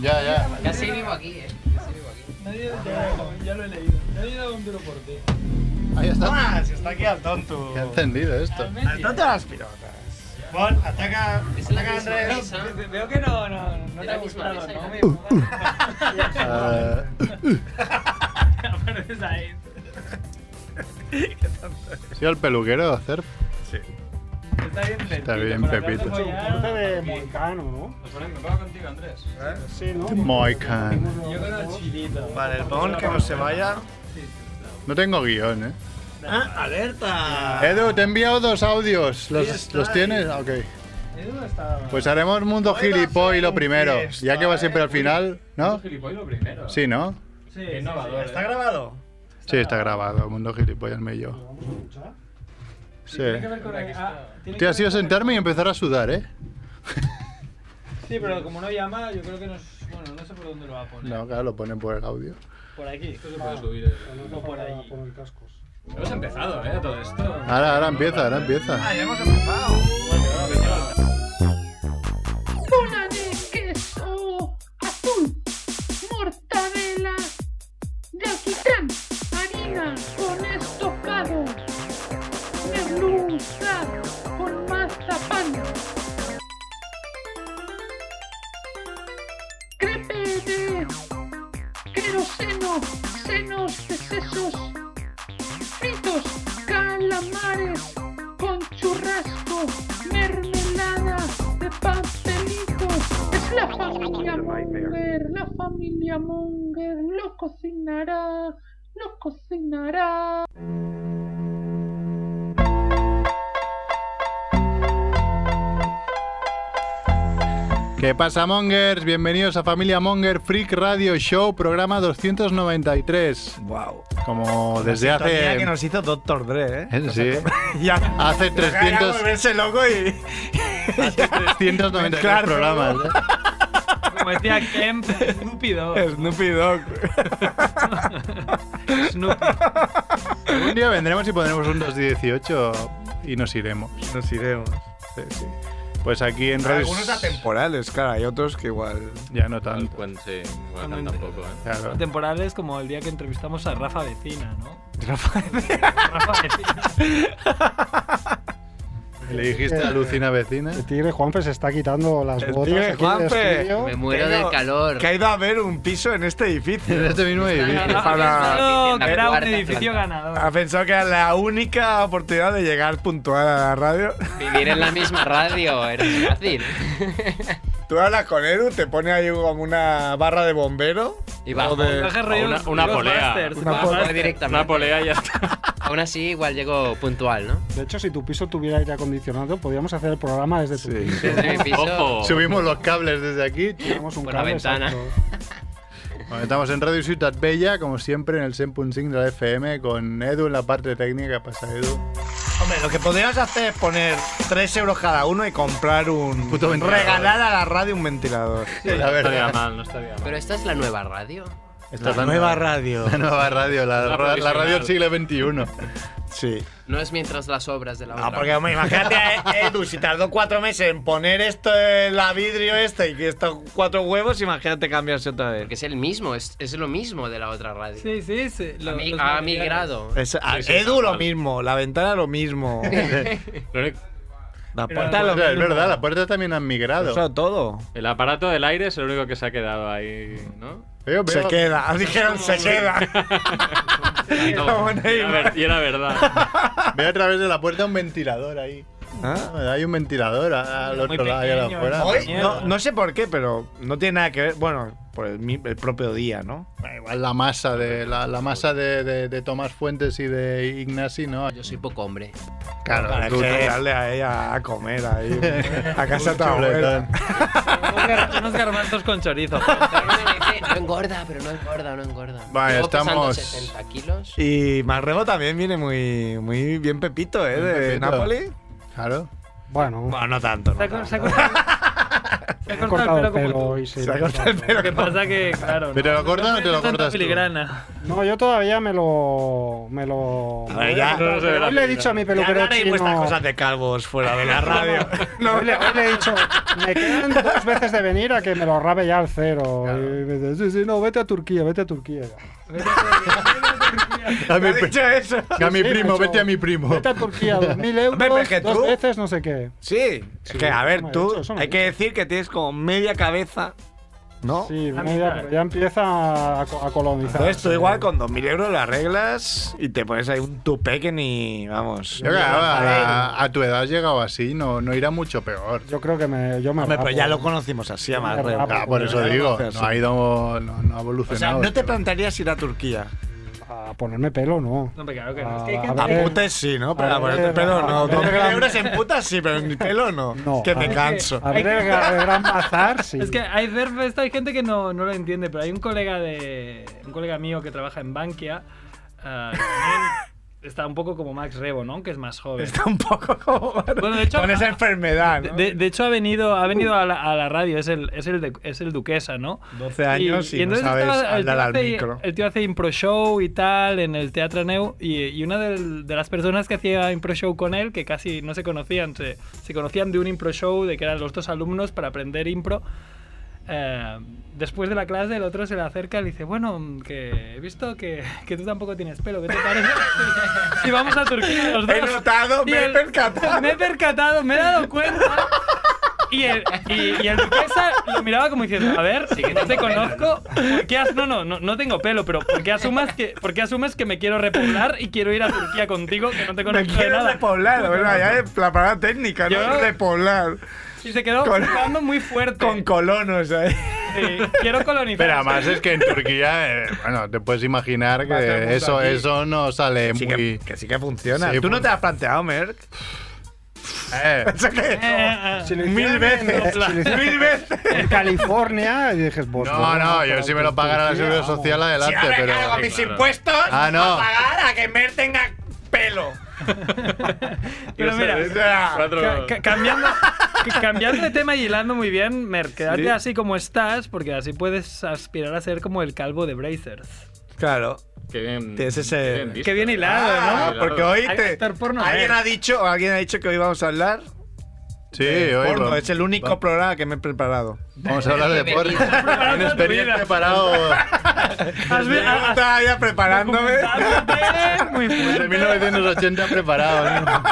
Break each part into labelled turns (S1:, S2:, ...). S1: Ya, ya.
S2: Casi vivo aquí, eh. Casi vivo aquí.
S3: Nadie ya, ya lo he leído. Nadie da un duro por ti.
S1: Ahí está.
S4: Tomás, está aquí al tonto.
S1: Qué entendido esto.
S3: Al
S4: Al tonto de las pilotas. Bon, ataca,
S2: Es la
S4: ataca a
S2: misma
S4: Andrés.
S2: mesa.
S3: Ve- Veo que no, no, no te
S2: Era
S3: ha
S2: misma
S3: gustado,
S2: mesa,
S3: ¿no?
S2: era.
S1: Ah,
S3: Apareces ahí.
S1: ¿Sí al peluquero a hacer?
S4: Sí.
S3: Está bien
S1: Está
S3: lentito,
S1: bien,
S3: para hablar de
S1: Pepito.
S3: follar,
S5: Puta de
S3: aquí.
S5: moicano, ¿no?
S6: Pues bueno, me pago contigo, Andrés.
S5: Sí, ¿no?
S1: Moicano.
S3: Yo con el chilito.
S4: Vale, el Bon que no se vaya.
S1: No tengo guión, ¿eh?
S4: ¡Ah, alerta!
S1: Edu, te he enviado dos audios.
S4: Ahí
S1: ¿Los,
S4: está,
S1: los
S4: ahí.
S1: tienes? Ok.
S3: Edu está.
S1: Pues haremos Mundo
S4: Hoy va a
S1: Gilipoy
S4: ser
S1: lo
S4: un
S1: primero,
S4: fiesta,
S1: ya que va siempre
S4: ¿eh?
S1: al final, ¿no?
S6: Gilipollas lo primero.
S1: Sí, ¿no?
S3: Sí, ¿eh?
S6: Qué
S3: sí,
S6: innovador.
S4: ¿Está grabado?
S1: Sí, está grabado, Mundo Gilipoy al medio.
S5: Vamos a escuchar.
S3: sí.
S1: Sí.
S3: Tiene que ver con el-
S6: está.
S3: ah, tiene
S1: Tío,
S3: que
S1: ha sido
S3: ver con el-
S1: sentarme y empezar a sudar, ¿eh?
S3: Sí, pero como no llama, yo creo que nos. Bueno, no sé por dónde lo va a poner.
S1: No, claro, lo ponen por el audio.
S3: Por aquí.
S6: Esto se puede subir. eh.
S5: No por ahí. Poner cascos.
S6: Hemos empezado, ¿eh? Todo esto.
S1: Ahora, ahora empieza, ahora empieza.
S4: Ah, ya hemos empezado.
S7: Una de queso azul, mortadela de alquitrán, harina con estocado, merluza con mazapán, crepe de queroseno, senos de sesos, fritos, calamares con churrasco, mermelada de pastelito. Es la familia Munger, la familia Munger lo cocinará, lo cocinará.
S1: ¿Qué pasa, Mongers? Bienvenidos a Familia Monger Freak Radio Show, programa 293.
S4: Wow.
S1: Como desde hace...
S4: que nos hizo Doctor Dre, ¿eh?
S1: Eh, Sí,
S4: Ya.
S1: hace
S4: Ya
S1: 300...
S4: volverse loco y.
S1: hace 393
S4: Claro.
S1: programas, ¿eh?
S3: Como decía Kemp, estúpido.
S4: Snoopy Dogg.
S3: Snoop.
S1: Un día vendremos y pondremos un 218 y nos iremos.
S4: Nos iremos.
S1: Sí, sí. Pues aquí en redes...
S4: Algunos atemporales, claro, hay otros que igual.
S1: Ya no tanto.
S6: Cuando, sí,
S3: Cuando
S6: bueno, tampoco, ¿eh?
S1: Claro.
S3: Temporales como el día que entrevistamos a Rafa Vecina, ¿no?
S4: Rafa,
S3: Rafa Vecina.
S1: Le dijiste alucina vecina.
S5: El tigre Juanfe se está quitando las
S4: El
S5: botas.
S4: tigre
S5: aquí del
S4: Juanfe.
S5: estudio.
S2: Me muero
S4: Tengo-
S2: del calor.
S4: que ha ido a ver un piso en este edificio.
S1: En este mismo edificio.
S3: Rafa
S4: Para-
S3: pensó que era un
S2: Cuarta
S3: edificio
S2: planta.
S3: ganador.
S4: Ha pensado que era la única oportunidad de llegar puntual a la radio.
S2: Vivir en la misma radio era fácil.
S4: Tú hablas con Eru, te pone ahí como una barra de bombero.
S2: Y bajo.
S4: o de-
S3: Traje rollo
S6: una-
S3: los
S6: una polea.
S3: Ghostbusters,
S4: Una
S3: ¿no?
S4: polea.
S2: Bajo directamente.
S6: Una polea y ya está.
S2: Aún así, igual llego puntual, ¿no?
S5: De hecho, si tu piso tuviera aire acondicionado, podríamos hacer el programa desde tu piso.
S2: Desde mi piso.
S6: Ojo.
S1: Subimos los cables desde aquí.
S5: Tenemos un
S2: Por la
S5: cable,
S2: ventana.
S5: exacto.
S1: Bueno, estamos en Radio Ciudad Bella, como siempre, en el 100.5 de la FM, con Edu en la parte técnica. Pasa Edu.
S4: Hombre, lo que podrías hacer es poner 3 euros cada uno y comprar un.
S1: Puto ventilador.
S4: regalar a la radio un ventilador.
S1: la
S6: No estaría
S1: verdad.
S6: mal, no estaría mal.
S2: Pero esta es la nueva radio.
S1: Esta
S4: radio.
S1: es La nueva radio, la,
S6: La
S1: ra- la radio del
S6: provisional.
S1: siglo XXI.
S4: Sí.
S2: No es mientras las obras
S3: Ah,
S2: de la otra.
S4: No, porque hombre, imagínate a Edu, si tardó cuatro meses en poner esto en la vidrio este y que estos cuatro huevos, imagínate cambiarse otra vez.
S2: Porque es el mismo, es, es lo mismo de la otra radio.
S3: Sí, sí, sí.
S2: Ha
S3: lo-
S2: mi-
S3: los
S2: ha
S3: materiales.
S2: migrado.
S4: Es- a-
S6: Sí, sí,
S4: Edu
S6: está
S4: lo
S6: mal.
S4: mismo, la ventana lo mismo,
S6: Lo único-
S4: la
S3: Pero-
S4: puerta lo
S1: O sea,
S4: mismo.
S1: es verdad, las puertas también han migrado.
S4: Eso todo.
S6: El aparato del aire es el único que se ha quedado ahí, ¿no?
S1: Yo
S4: Se
S1: veo-
S4: queda, dijeron se queda. Como
S6: Y era
S4: Neymar.
S6: ver- y era verdad.
S1: veo a través de la puerta un ventilador ahí.
S4: ¿Ah?
S1: Hay un ventilador a- al
S3: Muy
S1: otro lado, ahí
S3: pequeño,
S1: afuera.
S3: ¿no?
S4: Hoy, no, no sé por qué, pero no tiene nada que ver. Bueno, por el, mi- el propio día, ¿no?
S1: Bueno, Igual la masa de la, la masa de, de- de Tomás Fuentes y de Ignasi, ¿no?
S2: Yo soy poco hombre.
S1: Claro,
S4: Para
S1: tú-
S4: que darle a ella a comer ahí. A casa de tu abuela.
S3: Unos gar- Unos garbanzos con chorizo.
S2: Pero uno me dice, no engorda, pero no engorda, no engorda.
S1: Vale,
S2: Llevo pesando
S1: estamos-
S2: 70 kilos.
S4: Y Marrebo también viene muy, muy bien Pepito, ¿eh? De
S1: Pepito.
S4: Napoli.
S1: Claro.
S5: Bueno,
S4: Bueno, no tanto. no
S3: Se ha co-
S4: tanto.
S3: se ha comido-
S5: Se ha
S8: cortado
S5: cortado
S8: el
S5: el
S8: pelo como
S5: pelo
S8: tú.
S5: y se.
S1: Se ha cortado el pelo.
S8: Lo que pasa que, claro.
S1: ¿Pero lo cortas o te lo
S8: tanta
S1: cortas tú?
S8: filigrana.
S5: No, yo todavía me lo. Me lo.
S4: A ver, ya.
S6: No se ve la
S5: Hoy le he
S6: filigrana.
S5: dicho a mi
S4: Ya
S5: peluquero
S4: hablaréis vuestras
S5: chino.
S4: cosas de calvos fuera de la radio.
S5: Hoy le, hoy le he dicho, me quedan dos veces de venir a que me lo rabe ya al cero. Y me dice, sí, sí, no, vete a Turquía, vete a Turquía.
S1: A mi,
S4: ¿Has
S1: pri-
S4: dicho eso?
S1: que a mi
S5: Sí, me he
S1: primo,
S5: hecho-
S1: vete a mi primo.
S5: Vete a Turquía, 2.000 euros,
S4: Hombre, pero es que
S5: dos
S4: tú-
S5: veces no sé qué.
S4: Sí. Es que, a
S5: eso
S4: ver,
S5: me
S4: tú,
S5: ha dicho, eso me ha
S4: hay que decir que tienes como media cabeza, ¿no?
S5: Sí,
S8: A
S5: bueno,
S8: mí
S5: ya,
S8: nada.
S5: ya empieza a, co- a colonizar.
S4: Entonces tú igual con 2.000 euros lo arreglas y te pones ahí un tupé que ni, vamos.
S1: Yo, claro, a, a tu edad has llegado así, no, no irá mucho peor.
S5: Yo creo que me, yo me
S4: Hombre,
S5: rapo.
S4: pero ya lo conocimos así, además.
S5: Claro,
S4: Reu.
S1: Ah, por eso digo, no ha ido, no, no
S4: O sea,
S1: ha evolucionado.
S4: no te
S1: este va.
S4: plantearías ir a Turquía.
S5: A ponerme pelo, no.
S8: No, pero claro que
S5: A,
S8: no.
S3: que hay que
S5: Ah, a
S4: A
S5: ver-
S4: putes sí, ¿no? Pero
S5: a
S4: a ponerte
S5: ver,
S4: pelo
S5: a
S4: no.
S5: ver,
S4: 2.000
S5: gran-
S4: euros en putas sí, pero en pelo no.
S5: No,
S4: Es que
S5: a
S4: me
S5: ver.
S4: canso.
S5: a ver el, gra- el gran bazar, sí.
S8: Es que hay ver- esto hay gente que no, no lo entiende, pero hay un colega de un colega mío que trabaja en Bankia, ah, que también está un poco como Max Rebo, ¿no? Que es más joven.
S4: Está un poco como.
S8: Bueno, de hecho,
S4: con esa
S8: ah,
S4: enfermedad,
S8: De,
S4: ¿no?
S8: de- de hecho ha venido, ha venido a la, a la radio, es el, es el, de- es el duquesa, ¿no?
S4: 12 años y, no
S8: entonces
S4: sabes
S8: estaba- el tío
S4: hablar al
S8: hace-
S4: micro.
S8: El tío hace impro show y tal en el Teatro Neu y, y una del- de las personas que hacía impro show con él, que casi no se conocían, se, se conocían de un impro show, de que eran los dos alumnos para aprender impro. eh, después de la clase el otro se le acerca y le dice, bueno, que he visto que, que tú tampoco tienes pelo, ¿qué te parece? y vamos a Turquía los dos.
S4: He notado,
S8: Y
S4: me he
S8: el-
S4: percatado.
S8: Me he percatado, me he dado cuenta. Y el, y, y el duquesa lo miraba como diciendo, a ver,
S2: Sí que
S8: no te
S2: tengo pelo,
S8: conozco, ¿por qué has- no, no, no, no tengo pelo, pero ¿por qué, asumas que, por qué asumes que me quiero repoblar y quiero ir a Turquía contigo que no
S4: Me
S8: te conozco de
S4: quiero
S8: nada?
S4: repoblar, bueno, ya es la palabra técnica, ¿no?
S8: Yo-
S4: Repoblar.
S8: Y se quedó
S4: con-
S8: jugando muy fuerte.
S4: Con colonos ¿eh? ahí.
S8: Sí, quiero colonizar.
S1: Pero además es que en Turquía, eh, bueno, te puedes imaginar
S4: Va a estar
S1: que
S4: mucho
S1: eso,
S4: aquí.
S1: eso no sale
S4: Sí que,
S1: muy...
S4: que sí que funciona.
S1: Sí,
S4: ¿Tú no
S1: fun-
S4: te has planteado, Merck?
S1: Eh,
S4: O sea que-
S8: Eh,
S4: Oh,
S8: eh,
S4: mil veces.
S8: no, la-
S4: mil veces.
S5: En California, y dices, "Pues, vos.
S1: No, no, yo si me lo pagara la seguridad social
S4: Si
S1: adelante,
S4: ahora
S1: pero...
S4: cargo mis
S6: claro.
S4: impuestos
S1: Ah, no.
S4: a pagar a que Merck tenga pelo.
S8: Pero
S6: Yo
S8: mira,
S6: sé,
S8: Ca-
S6: cuatro-
S8: ca- cambiando, ca- cambiando de tema y hilando muy bien, Mer, quédate así como estás, porque así puedes aspirar a ser como el calvo de Brazers.
S4: Claro.
S6: Qué bien.
S4: Tienes ese-
S6: qué bien visto.
S8: Qué bien hilado,
S4: Ah,
S8: ¿no?
S4: porque hoy
S8: Hay
S4: te-
S8: actor porno,
S4: alguien
S8: eh.
S4: ha dicho, alguien ha dicho que hoy vamos a hablar
S1: Sí,
S4: de
S1: oye,
S4: porno.
S1: va-
S4: Es el único
S1: va-
S4: programa que me he preparado.
S1: Vamos a hablar de porno.
S8: Preparado
S1: Un
S8: toda tu vida.
S1: experiencia preparado
S8: Has vi-
S4: Yo
S8: has-
S4: estaba Ah, ya preparándome.
S8: has- muy
S1: desde
S8: fuerte.
S1: 1980 preparado. ¿no?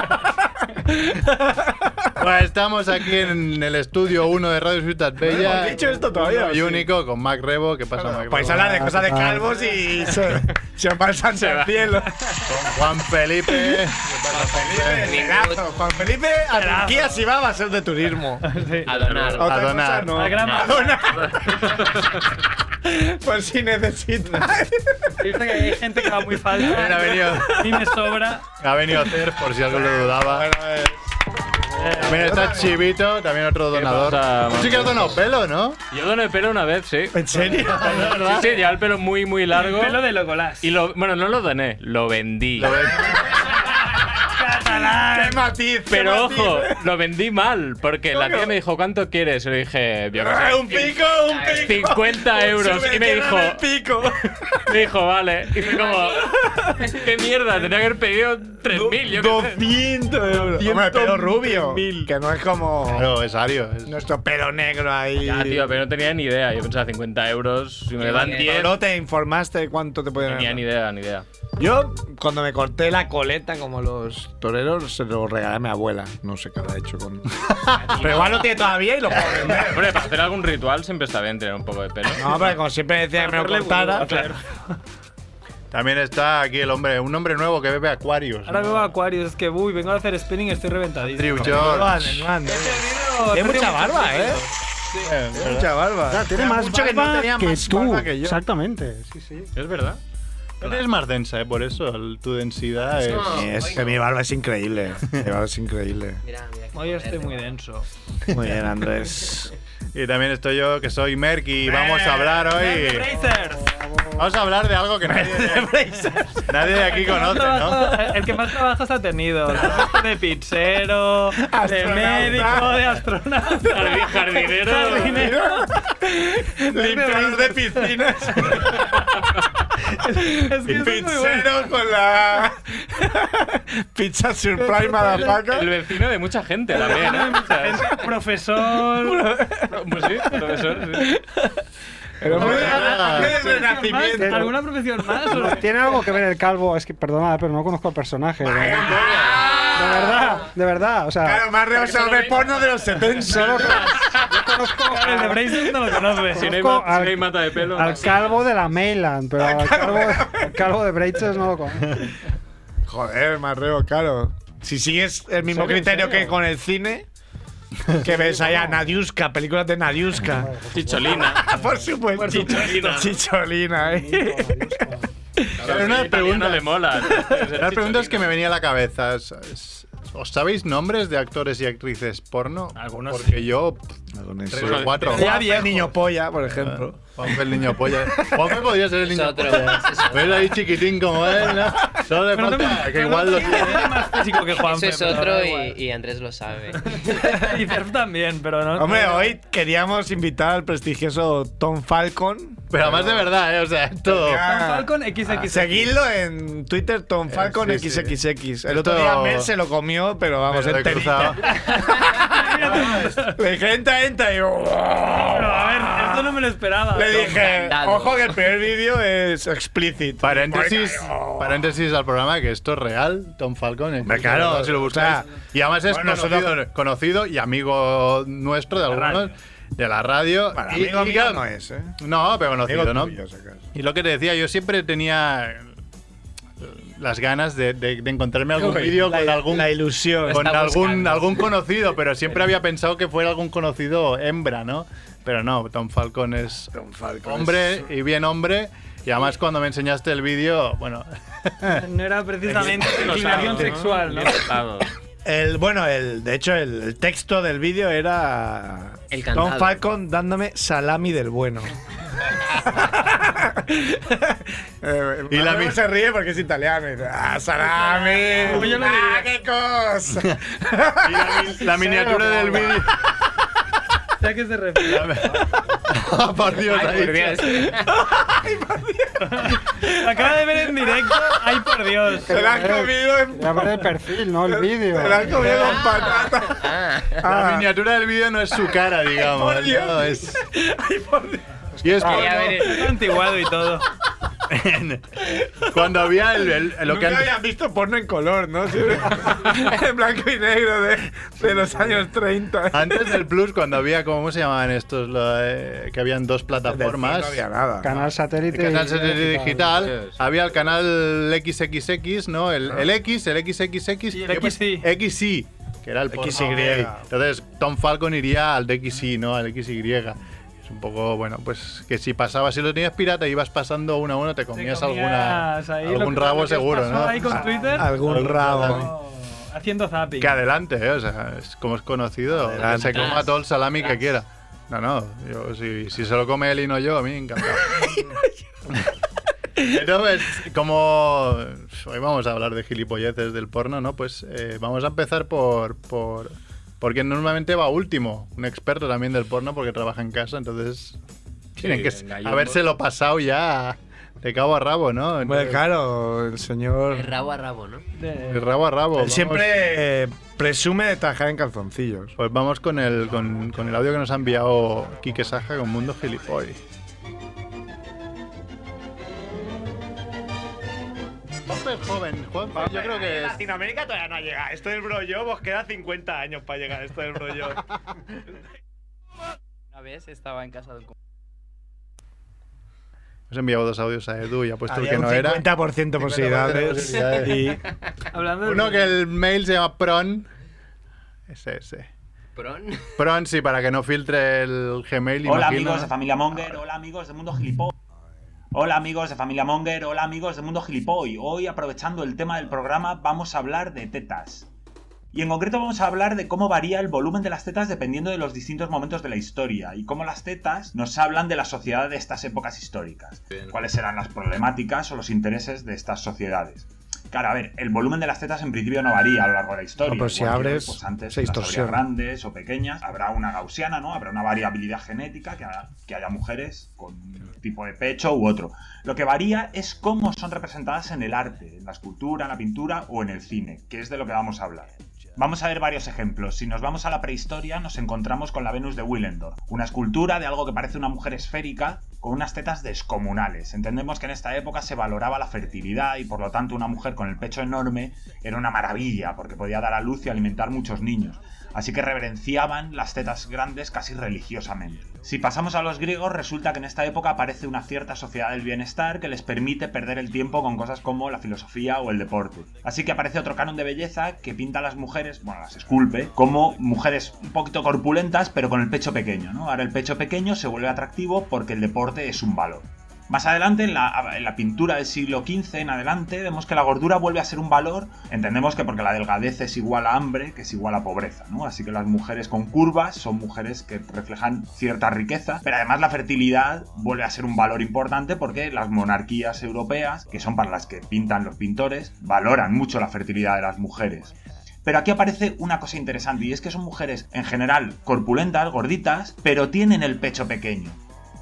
S1: Bueno, estamos aquí en el estudio 1 de Radio Ciudad Bella.
S4: hemos dicho esto todavía,
S1: Y
S4: sí.
S1: único con Mac Rebo. ¿Qué pasa, Mac
S4: Podéis
S1: Rebo?
S4: hablar de cosas de calvos y se, se pasan al cielo.
S1: Con Juan Felipe.
S4: Pedazo, Juan Felipe, a Turquía si va va a ser de turismo.
S2: A donar.
S4: Otra
S1: A
S4: cosa
S1: donar.
S4: no.
S8: Al gran-
S4: A donar. Por si necesitas.
S8: Dice que hay gente que va muy falsa.
S1: Bien, ha venido.
S8: A mí me sobra.
S1: Ha venido a hacer, por si algo lo dudaba. También está Chivito, también otro
S6: pasa,
S1: donador. Tú Sí que has donado pelo, ¿no?
S6: Yo doné pelo una vez, sí.
S4: ¿En serio?
S6: Sí, sí, llevaba el pelo muy, muy largo.
S8: Pelo de Logolas.
S6: Y lo, bueno, no lo doné, lo vendí.
S1: Lo ves.
S4: ¡Qué matiz! qué
S6: Pero
S4: matiz.
S6: ojo, lo vendí mal, porque la tía me dijo, ¿cuánto quieres? Y le dije, yo qué
S4: Ah,
S6: sé,
S4: ¡Un pico! ¡Un pico!
S6: 50 euros. Y me dijo,
S4: ¡Un pico!
S6: me dijo, vale. Y fue como, ¿qué mierda? Tenía que haber pedido 3.000. yo qué sé.
S4: 200 euros. Hombre, pelo rubio. Que no es como
S1: Claro, es Ario. es-
S4: nuestro pelo negro ahí.
S6: Ya, tío, pero no tenía ni idea. Yo pensaba 50 euros, si me
S2: Qué
S6: dan
S2: bien.
S6: 10.
S4: ¿No te informaste de cuánto te podían
S6: Tenía ni idea, ni idea.
S4: Yo, cuando me corté la coleta como los toreros, se lo regalé a mi abuela. No sé qué habrá hecho con. Pero igual lo tiene todavía y lo puedo vender.
S6: Hombre, para hacer algún ritual siempre está bien tener un poco de pelo.
S4: No, pero como siempre decía que me lo cortara.
S1: También está aquí el hombre, un hombre nuevo que bebe Aquarius.
S8: Ahora
S1: ¿no?
S8: veo a Aquarius, es que uy, vengo a hacer spinning, estoy reventadísimo.
S1: Andrew George.
S4: Tiene mucha barba, ¿eh?
S1: Eh,
S4: Mucha barba.
S5: Tiene más
S4: mucho
S5: barba
S4: que
S5: que,
S4: no tenía más
S5: tú.
S4: barba que yo.
S5: Exactamente, sí, sí.
S6: Es verdad.
S1: Eres más densa, ¿eh? Por eso, el- tu densidad es...
S2: No.
S4: Es que mi barba es increíble. Mi barba es increíble.
S2: Mira, mira. qué
S8: Hoy estoy
S2: fuerte,
S8: muy
S2: va.
S8: denso.
S4: Muy bien, Andrés.
S1: Y también estoy yo, que soy Merck, y vamos a hablar hoy...
S8: Brazers.
S1: Vamos a hablar de algo que nadie, nadie de aquí conoce, ¿no?
S8: Trabajo- El que más trabajos ha tenido. Trabajo De pizzero, de médico, de astronauta.
S6: Jardi- Jardinero.
S8: Jardinero.
S4: Limpiador de piscinas.
S8: Es que eso es muy bueno.
S4: Pizzero con la. Pizza Surprise
S6: El
S4: Motherfucker.
S6: vecino de mucha gente también, ¿eh? O sea, es-
S8: Profesor.
S6: Pues sí, profesor. sí.
S4: El hombre de-
S1: Ah,
S4: hombre del renacimiento.
S8: ¿Alguna profesión más? o no?
S5: Tiene algo que ver el calvo. Es que, perdona, pero no conozco al personaje. De verdad, de verdad. de verdad, O sea,
S4: Claro, más rehusado el porno de los 70.
S5: solo yo conozco
S8: El de Brazen no lo conoces.
S6: Si no hay,
S5: Conozco
S6: ma- si
S5: al-
S6: no hay mata de pelo.
S5: al calvo de la Mailand, pero al calvo, al calvo de Breitzes no lo conozco.
S4: Joder, Marreo, claro. Si sigues el mismo
S5: ¿Serio,
S4: criterio
S5: serio?
S4: que con el cine, que ves allá Nadiuska, películas de Nadiuska.
S6: Chicholina.
S4: Ah, por supuesto.
S6: supuesto.
S4: Chicholina, eh.
S1: Pero una
S6: pregunta
S1: pregunta-
S6: le mola.
S1: Las preguntas que me venía a la cabeza. es- es- ¿Os sabéis nombres de actores y actrices porno?
S6: Algunos
S1: Porque yo, pff, tres
S6: Bueno,
S1: o cuatro.
S4: Ya había niño polla, por ejemplo.
S1: Juanfe el niño polla. Juanfe podría ser el
S2: Es
S1: niño
S2: otro,
S1: polla.
S2: es otro.
S1: ¿Ves ahí chiquitín como él? ¿no? Solo le
S8: Pero no
S1: falta
S8: me-
S1: que igual lo tiene.
S8: Tiene más físico que Juan.
S2: Eso es otro y, y Andrés lo sabe.
S8: Y Cerf también, pero no.
S4: Hombre, hoy queríamos invitar al prestigioso Tom Falcon.
S1: Pero además de verdad, ¿eh? O sea, es todo.
S8: Tom Falcon XXX.
S1: ah,
S4: Seguidlo en Twitter, Tom Falcon
S1: sí, sí.
S4: XXX. El otro día
S1: Esto-
S4: Mel se lo comió, pero vamos,
S1: Pero de cruzado.
S4: enterita. Le dije, entra, entra. Y yo, ¡ah!
S8: Pero, a ver, esto no me lo esperaba.
S4: le dije,
S2: candado.
S4: ojo que el primer vídeo es explícito.
S1: Paréntesis, paréntesis al programa que esto es real, Tom Falcon. ¿eh?
S4: Hombre, claro,
S1: si lo buscáis.
S4: o sea,
S1: y además es
S4: bueno,
S1: conocido,
S4: nosotros-
S1: conocido y amigo nuestro de algunos, de la radio.
S4: Bueno,
S1: Y-
S4: amigo
S1: y
S4: mío
S1: claro,
S4: no es, ¿eh?
S1: No, pero conocido,
S4: Amigo
S1: ¿no?
S4: tuyo, si acaso.
S1: Y lo que te decía, yo siempre tenía las ganas de, de- de encontrarme algún vídeo con algún
S4: La ilusión.
S1: con
S2: Está
S1: algún,
S2: buscando. Eh.
S1: algún conocido, pero siempre había pensado que fuera algún conocido hembra, ¿no? Pero no, Tom Falcon es
S4: Tom Falcon.
S1: hombre y bien hombre. Y además cuando me enseñaste el vídeo, bueno,
S8: No era precisamente
S6: Lo sabe,
S8: inclinación
S6: ¿no?
S8: sexual, ¿no?
S6: Bien dotado.
S4: El, bueno, el, de hecho, el, el texto del vídeo era.
S2: El
S4: Tom
S2: cantado.
S4: Falcon dándome salami del bueno.
S1: Y
S4: y
S1: la
S4: la
S1: mi-
S4: Eh, se ríe porque es italiano. y dice, ¡Ah, salami!
S8: Como yo lo
S4: ¡Ah, qué cosa!
S1: y la, mi- la miniatura del vídeo...
S8: ¿A qué se refiere?
S1: Ah, por Dios,
S6: Pues
S2: Ay,
S1: ahí.
S2: por Dios.
S8: Lo acaba de ver en directo. ¡Ay, por Dios!
S4: Se la han comido en.
S5: Ya ver el perfil, no el vídeo.
S4: Se la han comido con patata.
S2: Ah,
S1: La
S4: Ah,
S1: miniatura del vídeo no es su cara, digamos.
S4: Por Dios.
S1: ¿no? Es... Y
S2: quería
S1: es porno.
S2: ver el-
S8: Está Antiguado y todo.
S1: cuando había el, el- Eh, lo que
S4: Nunca
S1: han-
S4: habían visto porno en color, ¿no? Siempre- en blanco y negro de, de los años 30.
S1: Antes del Plus, cuando había, ¿cómo se llamaban estos? Lo, eh, que habían dos plataformas.
S4: No había nada.
S5: Canal
S1: El
S5: satélite.
S1: canal
S5: y-
S1: satélite digital,
S6: Sí, Ah. sí.
S1: había el canal XXX, ¿no? El, el X, el XXX.
S8: Y el
S1: que pues-
S8: XY.
S1: XY, que era el porno.
S4: XY.
S1: Entonces, Tom Falcon iría al de XY, ¿no? Al XY. Es un poco, bueno, pues que si pasabas, si lo tenías pirata, ibas pasando uno a uno, te comías, alguna,
S8: comías ahí
S1: algún
S8: lo que- lo
S1: rabo
S8: que
S1: seguro,
S8: pasó
S1: ¿no?
S8: ahí con Twitter.
S1: Ah,
S4: Algún rabo.
S8: Oh, haciendo zapping.
S1: Que adelante, ¿eh? o sea, es como es conocido, que se coma todo el salami que quiera. No, no, yo, si, si se lo come él y no yo, a mí encantado. Entonces, como hoy vamos a hablar de gilipolleces del porno, ¿no? Pues eh, vamos a empezar por, por... Porque normalmente va último, un experto también del porno porque trabaja en casa, entonces tienen que s-
S6: venga, yo-
S1: habérselo pasado ya de cabo a rabo, ¿no?
S4: Bueno,
S1: Entonces,
S4: claro, el
S2: de
S4: señor.
S2: rabo a rabo, ¿no?
S1: de
S8: De-
S1: rabo a rabo.
S4: Él
S1: vamos.
S4: siempre eh, presume de tajar en calzoncillos.
S1: Pues vamos con el, con, con el audio que nos ha enviado Quique Saja con Mundo Gilipoy. Juanfe es joven, Juanfe, yo creo que es.
S9: Latinoamérica todavía no ha llegado. Esto del brollo, vos queda 50 años para llegar a esto del brollo.
S10: Una vez estaba en casa de un
S1: Nos ha enviado dos audios a Edu y ha puesto el
S4: Había
S1: que
S4: un
S1: no era.
S4: 50% de posibilidades.
S1: posibilidades.
S4: Y
S8: Hablando de.
S1: Uno que el mail se llama Pron. Ese, ese.
S2: Pron.
S1: Pron, sí, para que no filtre el Gmail.
S9: Hola
S1: imagino.
S9: amigos de Familia Monger, hola amigos de Mundo Gilipoy. Hola amigos de Familia Monger, hola amigos de Mundo Gilipoy. Hoy aprovechando el tema del programa vamos a hablar de tetas. Y en concreto vamos a hablar de cómo varía el volumen de las tetas dependiendo de los distintos momentos de la historia y cómo las tetas nos hablan de la sociedad de estas épocas históricas, cuáles serán las problemáticas o los intereses de estas sociedades. Claro, a ver, el volumen de las tetas en principio no varía a lo largo de la historia.
S4: No, pero si
S9: Igual que,
S4: abres,
S9: pues, antes
S4: se
S9: las habría
S4: distorsiona.
S9: grandes o pequeñas, habrá una gaussiana, ¿no? Habrá una variabilidad genética, que haya, que haya mujeres con un tipo de pecho u otro. Lo que varía es cómo son representadas en el arte, en la escultura, en la pintura o en el cine, que es de lo que vamos a hablar. Vamos a ver varios ejemplos. Si nos vamos a la prehistoria, nos encontramos con la Venus de Willendorf, una escultura de algo que parece una mujer esférica con unas tetas descomunales. Entendemos que en esta época se valoraba la fertilidad y por lo tanto una mujer con el pecho enorme era una maravilla porque podía dar a luz y alimentar muchos niños. Así que reverenciaban las tetas grandes casi religiosamente. Si pasamos a los griegos, resulta que en esta época aparece una cierta sociedad del bienestar que les permite perder el tiempo con cosas como la filosofía o el deporte. Así que aparece otro canon de belleza que pinta a las mujeres, bueno, las esculpe, como mujeres un poquito corpulentas pero con el pecho pequeño, ¿no? Ahora el pecho pequeño se vuelve atractivo porque el deporte es un valor. Más adelante, en la, en la pintura del siglo XV en adelante, vemos que la gordura vuelve a ser un valor. Entendemos que porque la delgadez es igual a hambre, que es igual a pobreza, ¿no? Así que las mujeres con curvas son mujeres que reflejan cierta riqueza. Pero además la fertilidad vuelve a ser un valor importante porque las monarquías europeas, que son para las que pintan los pintores, valoran mucho la fertilidad de las mujeres. Pero aquí aparece una cosa interesante y es que son mujeres en general corpulentas, gorditas, pero tienen el pecho pequeño.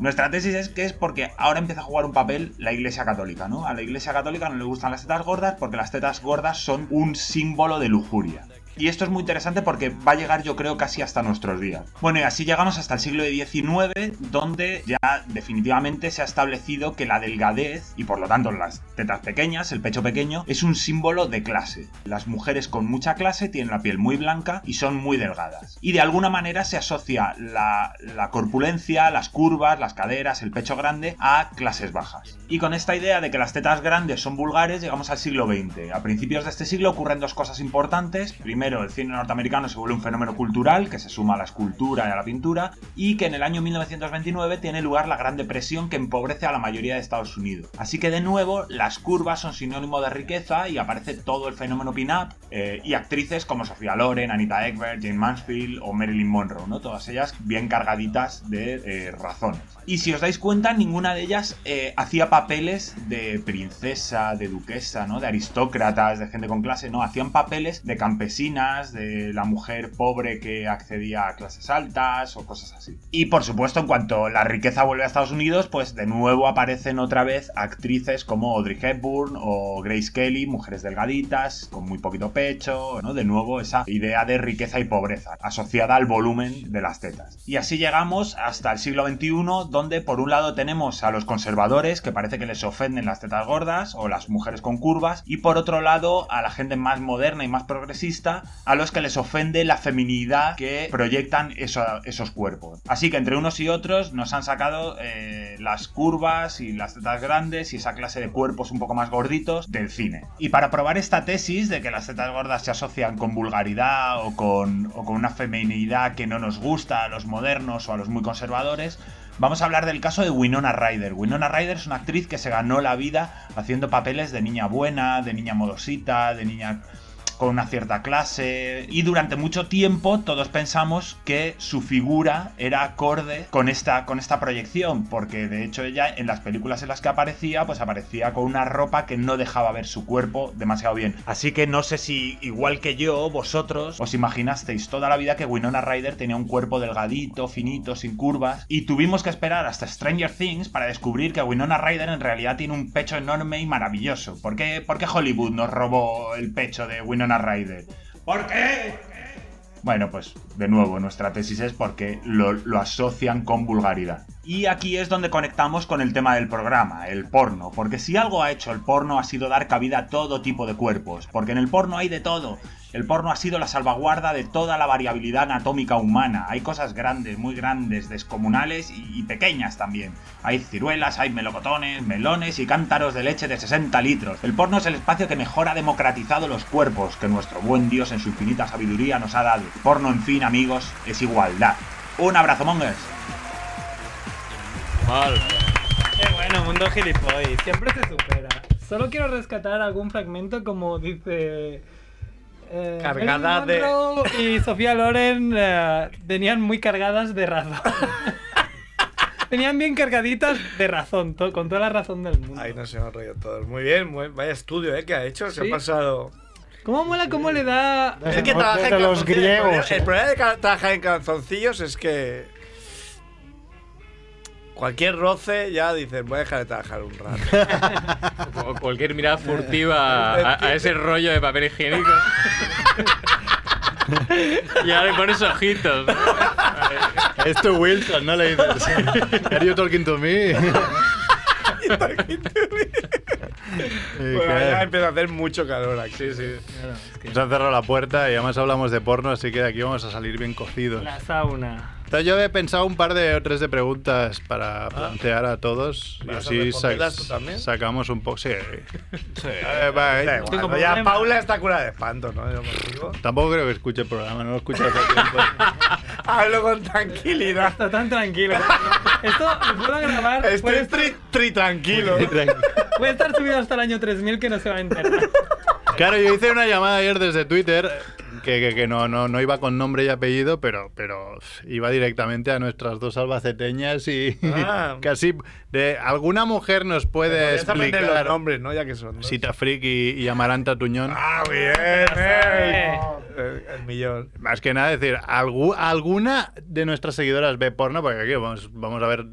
S9: Nuestra tesis es que es porque ahora empieza a jugar un papel la Iglesia Católica, ¿no? A la Iglesia Católica no le gustan las tetas gordas porque las tetas gordas son un símbolo de lujuria. Y esto es muy interesante porque va a llegar yo creo casi hasta nuestros días. Bueno, y así llegamos hasta el siglo XIX, donde ya definitivamente se ha establecido que la delgadez, y por lo tanto las tetas pequeñas, el pecho pequeño, es un símbolo de clase. Las mujeres con mucha clase tienen la piel muy blanca y son muy delgadas. Y de alguna manera se asocia la, la corpulencia, las curvas, las caderas, el pecho grande a clases bajas. Y con esta idea de que las tetas grandes son vulgares, llegamos al siglo XX. A principios de este siglo ocurren dos cosas importantes. Primero, el cine norteamericano se vuelve un fenómeno cultural que se suma a la escultura y a la pintura, y que en el año 1929 tiene lugar la Gran Depresión que empobrece a la mayoría de Estados Unidos. Así que de nuevo, las curvas son sinónimo de riqueza y aparece todo el fenómeno pin-up eh, y actrices como Sofía Loren, Anita Egbert, Jane Mansfield o Marilyn Monroe, ¿no? Todas ellas bien cargaditas de eh, razones. Y si os dais cuenta, ninguna de ellas eh, hacía papeles de princesa, de duquesa, ¿no? De aristócratas, de gente con clase, no, hacían papeles de campesinas, de la mujer pobre que accedía a clases altas o cosas así. Y por supuesto, en cuanto la riqueza vuelve a Estados Unidos, pues de nuevo aparecen otra vez actrices como Audrey Hepburn o Grace Kelly, mujeres delgaditas, con muy poquito pecho, ¿no? De nuevo esa idea de riqueza y pobreza asociada al volumen de las tetas. Y así llegamos hasta el siglo XXI, donde por un lado tenemos a los conservadores, que parece que les ofenden las tetas gordas o las mujeres con curvas, y por otro lado a la gente más moderna y más progresista, a los que les ofende la feminidad que proyectan eso- esos cuerpos. Así que entre unos y otros nos han sacado eh, las curvas y las tetas grandes y esa clase de cuerpos un poco más gorditos del cine. Y para probar esta tesis de que las tetas gordas se asocian con vulgaridad o con, o con una feminidad que no nos gusta a los modernos o a los muy conservadores, Vamos a hablar del caso de Winona Ryder. Winona Ryder es una actriz que se ganó la vida haciendo papeles de niña buena, de niña modosita, de niña con una cierta clase. Y durante mucho tiempo todos pensamos que su figura era acorde con esta, con esta proyección, porque de hecho ella en las películas en las que aparecía, pues aparecía con una ropa que no dejaba ver su cuerpo demasiado bien. Así que no sé si, igual que yo, vosotros, os imaginasteis toda la vida que Winona Ryder tenía un cuerpo delgadito, finito, sin curvas, y tuvimos que esperar hasta Stranger Things para descubrir que Winona Ryder en realidad tiene un pecho enorme y maravilloso. ¿Por qué, por qué Hollywood nos robó el pecho de Winona Ryder? ¿Por qué? Bueno, pues de nuevo, nuestra tesis es porque lo, lo asocian con vulgaridad. Y aquí es donde conectamos con el tema del programa, el porno. Porque si algo ha hecho el porno ha sido dar cabida a todo tipo de cuerpos. Porque en el porno hay de todo. El porno ha sido la salvaguarda de toda la variabilidad anatómica humana. Hay cosas grandes, muy grandes, descomunales y, y pequeñas también. Hay ciruelas, hay melocotones, melones y cántaros de leche de 60 litros. El porno es el espacio que mejor ha democratizado los cuerpos que nuestro buen Dios en su infinita sabiduría nos ha dado. Porno, en fin, amigos, es igualdad. Un abrazo, mongers.
S6: Mal.
S8: Qué bueno, mundo gilipoy. Siempre se supera. Solo quiero rescatar algún fragmento como dice... eh,
S4: Cargada
S8: Marilyn
S4: de-
S8: Monroe Y Sofía Loren eh, venían muy cargadas de razón. venían bien cargaditas de razón, to- con toda la razón del mundo.
S4: Ahí nos hemos reído todos. Muy bien, muy- vaya estudio ¿eh? que ha hecho. Se
S8: Sí.
S4: ha pasado.
S8: ¿Cómo mola cómo le da.
S4: Es que
S5: los-
S4: trabaja en
S5: de
S4: calzoncillos.
S5: los
S4: El
S5: griegos.
S4: problema- El problema de ca- trabajar en calzoncillos es que. Cualquier roce ya dicen, voy a dejar de trabajar un rato.
S6: O cualquier mirada furtiva a, a ese rollo de papel higiénico. y ahora le pones ojitos.
S1: Esto Wilson, no le dices. Are you talking to me?
S9: Pues
S1: Sí,
S4: Bueno, ya
S1: claro.
S4: empieza a hacer mucho calor aquí.
S6: Sí, sí.
S1: Nos han cerrado la puerta y además hablamos de porno, así que de aquí vamos a salir bien cocidos.
S8: La sauna.
S1: Entonces yo he pensado un par de o tres de preguntas para plantear a todos y
S4: Ah. ¿Vas a
S1: así sac-
S4: responderlas tú también?
S1: sacamos un poco... Sí.
S4: Da
S1: Eh, va, eh.
S4: igual,
S8: tengo
S4: ¿no? ya
S8: problema.
S4: Paula está curada de espanto, ¿no? Yo contigo.
S1: Tampoco creo que escuche el programa, no lo escucha hace tiempo.
S4: Hablo con tranquilidad.
S8: Está tan tranquilo. Esto lo puedo grabar.
S4: Estoy
S8: puede-
S4: tri, tri tranquilo.
S1: Pues
S8: Puede estar subido hasta el año 3000 que no se va a enterar.
S1: Claro, yo hice una llamada ayer desde Twitter que, que- que no, no, no iba con nombre y apellido, pero, pero iba directamente a nuestras dos albaceteñas y
S4: Ah.
S1: casi de alguna mujer nos puede
S4: Podrías aprender los
S1: explicar
S4: nombres, ¿no? Ya que son. dos.
S1: Sita Frick y, y Amaranta Tuñón.
S4: Ah, bien, eh. El, el millón.
S1: Más que nada decir, algu- alguna de nuestras seguidoras ve porno, porque aquí vamos, vamos a ver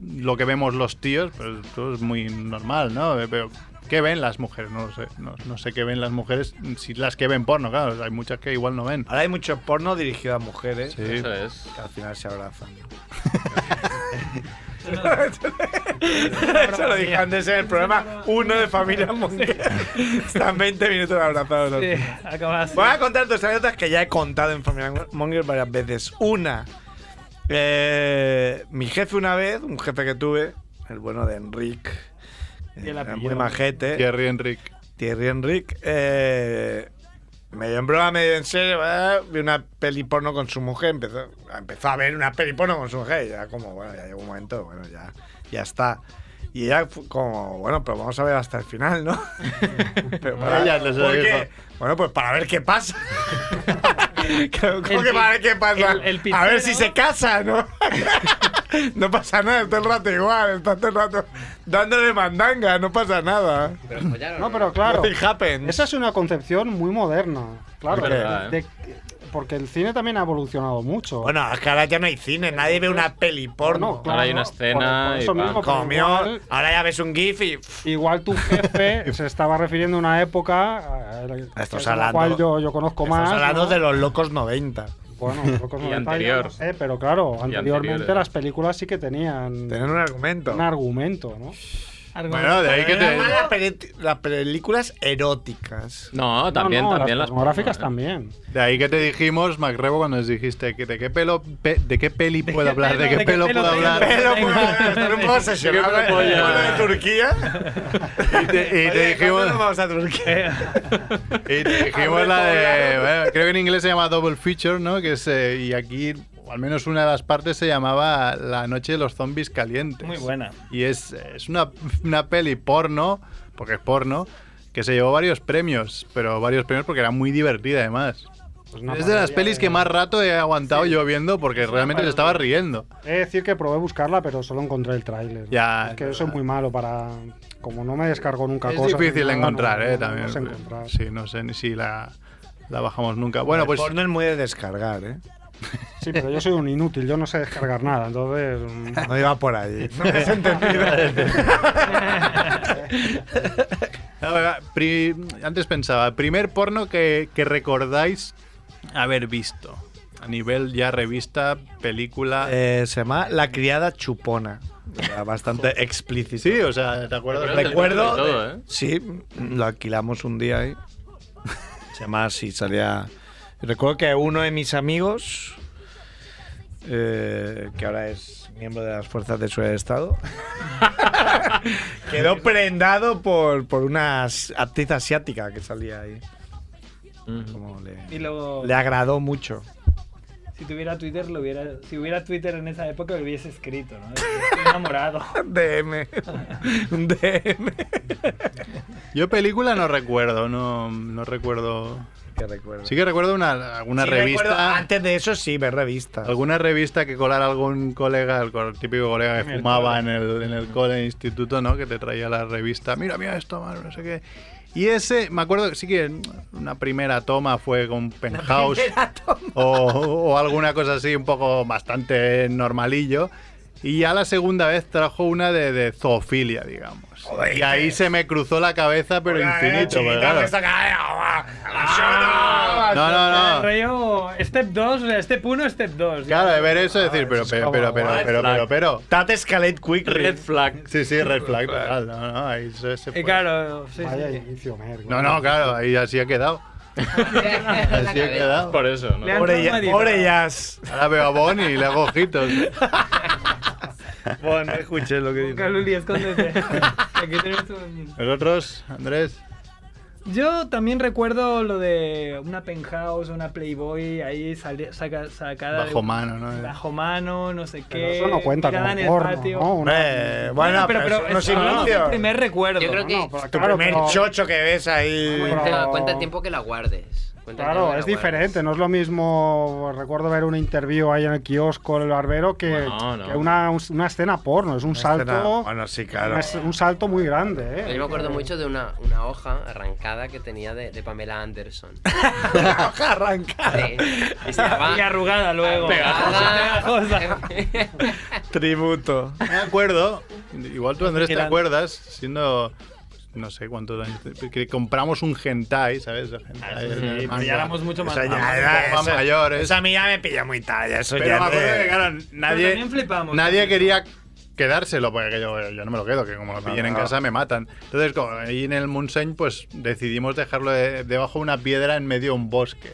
S1: lo que vemos los tíos, pero esto es muy normal, ¿no? Eh, Pero, ¿qué ven las mujeres? No lo sé, no, no sé qué ven las mujeres, si las que ven porno, claro, hay muchas que igual no ven.
S4: Ahora hay mucho porno dirigido a mujeres.
S1: Sí.
S6: Eso es.
S4: Que al final se abrazan.
S8: broma
S4: Eso lo dije
S8: mía.
S4: antes en el programa uno de Familia Mundial. Están 20 minutos abrazados. los
S8: Sí,
S4: dos.
S8: acabas.
S4: Voy a contar dos anécdotas que ya he contado en Familia Monger varias veces. Una, eh, mi jefe una vez, un jefe que tuve, el bueno de Enric,
S8: Y el
S4: eh,
S8: apellido.
S4: muy majete.
S1: Thierry Enrique.
S4: Thierry Enric, eh, medio en broma, medio en serio, eh, vi una peli porno con su mujer, empezó, empezó a ver una peli porno con su mujer, y ya como, bueno, ya llegó un momento, bueno, ya, ya está. Y ella fu- como, bueno, pero vamos a ver hasta el final, ¿no? pero
S8: Ah,
S1: Ella les lo
S4: ¿por
S1: dijo.
S4: qué? Bueno, pues para ver qué pasa. ¿Cómo
S8: El
S4: que
S8: pi-
S4: para ver qué pasa?
S8: el- el
S4: a
S8: pizzero.
S4: ver si se casa, ¿no? no pasa nada, está el rato igual, está todo el rato dándole mandanga, no pasa nada.
S2: Pero follaron,
S5: No, pero claro.
S4: Nothing happens.
S5: Esa es una concepción muy moderna. Claro.
S4: Es
S6: verdad,
S5: de- porque el cine también ha evolucionado mucho.
S4: Bueno, es que ahora ya no hay cine, nadie ve una peli porno.
S5: No,
S6: Ahora hay una
S5: por-
S6: escena
S5: por
S6: y
S5: eso
S6: pan.
S5: mismo, pero
S4: Comió,
S5: igual-
S4: ahora ya ves un GIF y. pff,
S5: Igual tu jefe se estaba refiriendo a una época a- a la
S4: Estás
S5: a la
S4: hablando-
S5: cual yo, yo conozco más.
S4: estamos hablando
S5: ¿no?
S4: de los locos 90.
S5: Bueno, pocos
S6: Y
S5: detalles,
S6: anterior.
S5: no sé, eh, pero claro, anteriormente
S6: anteriores.
S5: las películas sí que tenían
S4: Tener un argumento.
S5: un argumento, ¿no?
S1: Bueno, de ahí que
S4: Pero
S1: te...
S4: además las, peli- las películas eróticas.
S6: No, también,
S5: No, no,
S6: también
S5: las
S6: las.
S5: pornográficas también.
S1: De ahí que te dijimos, Macrebo, cuando nos dijiste que de qué pelo, pe- de qué peli puedo hablar, de qué pelo puedo
S8: tengo?
S1: hablar.
S4: Pero
S8: Venga.
S4: bueno, estar un poco obsesionado
S6: Qué
S4: con
S6: polla.
S4: lo de Turquía.
S1: Y te, y te
S4: Oye, ¿cuándo
S1: dijimos,
S4: nos vamos a Turquía.
S1: y te dijimos la de, bueno, creo que en inglés se llama double feature, ¿no? Que es, eh, y aquí o al menos una de las partes se llamaba La noche de los zombies calientes.
S8: Muy buena.
S1: Y es, es una, una peli porno, porque es porno, que se llevó varios premios, pero varios premios porque era muy divertida además. Pues es de las pelis que más rato he aguantado yo viendo porque realmente se estaba riendo.
S5: He de decir que probé buscarla, pero solo encontré el tráiler.
S1: Ya,
S5: Es que
S1: es
S5: yo soy
S1: verdad.
S5: muy malo para... Como no me descargo nunca
S1: es
S5: cosas. ni
S1: difícil
S5: nada,
S1: encontrar,
S5: no-
S1: ¿eh?
S5: no-
S1: También.
S5: No sé encontrar.
S1: sí, no sé ni si la, la bajamos nunca. Bueno,
S4: El
S1: pues
S4: porno es muy de descargar, ¿eh?
S5: Sí, pero yo soy un inútil, yo no sé descargar nada, entonces... mm,
S4: No iba por ahí. No me has entendido.
S1: la verdad, pri- antes pensaba, primer porno que, que recordáis haber visto. A nivel ya revista, película.
S4: Eh, se llama La criada chupona. Era Bastante explícito.
S1: sí, o sea, ¿te acuerdas?
S6: Pero te
S4: Recuerdo.
S6: acuerdas de todo, ¿eh?
S4: Sí, lo alquilamos un día ahí. Se llama así, salía. Recuerdo que uno de mis amigos, eh, que ahora es miembro de las fuerzas de su estado, quedó prendado por, por una as- actriz asiática que salía ahí. Como
S8: Y
S4: le,
S8: luego,
S4: le agradó mucho.
S8: si tuviera Twitter, lo hubiera, si hubiera Twitter en esa época, lo hubiese escrito, ¿no? Estoy enamorado.
S4: DM. Un DM.
S1: Yo película no recuerdo, no, no recuerdo.
S4: que recuerdo.
S1: Sí que recuerdo una, alguna
S4: Sí,
S1: revista.
S4: recuerdo, antes de eso sí, ver revistas.
S1: Alguna revista que colara algún colega, el col- típico colega que
S4: el
S1: fumaba en el, en el cole, en el instituto, ¿no? Que te traía la revista. Mira, mira esto, mano, no sé qué. Y ese, me acuerdo, que sí que una primera toma fue con Penthouse o, o alguna cosa así, un poco bastante normalillo. Y ya la segunda vez trajo una de, de zoofilia, digamos. y ahí se me cruzó la cabeza, pero infinito. porque, claro,
S4: ¡ah,
S1: No, no, no.
S8: Rayo, step 2, step 1, step 2.
S1: Claro, de ver Ah, eso y decir, pero, pero, pero, pero,
S8: Red
S1: pero,
S8: flag.
S1: pero, pero.
S4: Tat escalate quick.
S1: Red flag. Sí, sí, red flag. total, No, no, ahí se,
S4: Eh,
S1: se fue.
S8: Eh, claro, sí,
S5: Vaya
S8: sí.
S5: inicio, merda.
S1: No, no, claro, ahí así ha quedado. así ha quedado.
S6: Por eso, ¿no?
S8: Le han
S4: Pobre ya-
S8: traumatizado.
S4: pobre jazz.
S1: Ahora veo a Bonnie y le hago ojitos.
S4: Bueno, escuché lo que dijo.
S8: Caluli, escóndete. Aquí tienes tu bañil.
S1: Nosotros, Andrés.
S8: Yo también recuerdo lo de una penthouse, una Playboy ahí sali- saca- sacada. de-
S1: Bajo mano, ¿no?
S8: Bajo mano, no sé qué.
S5: Pero eso no cuenta
S8: tirada en
S5: como
S8: el
S5: porno,
S8: patio.
S5: ¿no?
S1: Eh,
S4: Hombre, bueno, pero,
S8: pero,
S4: unos
S8: es- hablamos del
S4: inicios.
S8: primer recuerdo.
S2: Yo creo que
S5: No, pero
S4: Tu
S5: claro,
S4: primer
S5: pero-
S4: chocho que ves ahí.
S5: Bueno,
S2: cuenta,
S5: pero-
S2: cuenta el tiempo que la guardes. Cuenta el tiempo
S5: Claro,
S1: pues.
S2: que la
S5: es diferente,
S2: guardes.
S5: no es lo mismo. Recuerdo ver un interview ahí en el kiosco, en el barbero, que,
S6: No, no.
S5: que una, una escena porno. Es un salto.
S4: Escena- Bueno, sí, claro.
S5: Es un salto muy grande, ¿eh?
S2: Yo me acuerdo mucho de una, una hoja arrancada que tenía de, de Pamela Anderson.
S4: Hoja arranca.
S2: Sí. Y se llamaba
S8: Y arrugada
S2: Ah,
S8: luego.
S2: Pegajosa.
S4: Tributo.
S1: Me acuerdo, igual tú Andrés te
S8: Eran-
S1: acuerdas, siendo no sé cuántos años, que compramos un hentai, ¿sabes? El
S4: Ah,
S1: hentai, el manga.
S8: ya éramos mucho más.
S4: Esa ya
S8: malos.
S4: era.
S1: poco más
S4: esa-
S1: mayores.
S4: Esa a mí ya me pilla muy tarde. Eso
S1: Pero me
S4: ya.
S1: acuerdo que,
S4: te-
S1: claro, nadie,
S8: también flipamos.
S1: nadie quería quedárselo, porque yo, yo no me lo quedo, que como lo pillen en
S4: no.
S1: casa me matan. Entonces, como ahí en el Munseny, pues decidimos dejarlo de- debajo de una piedra en medio de un bosque.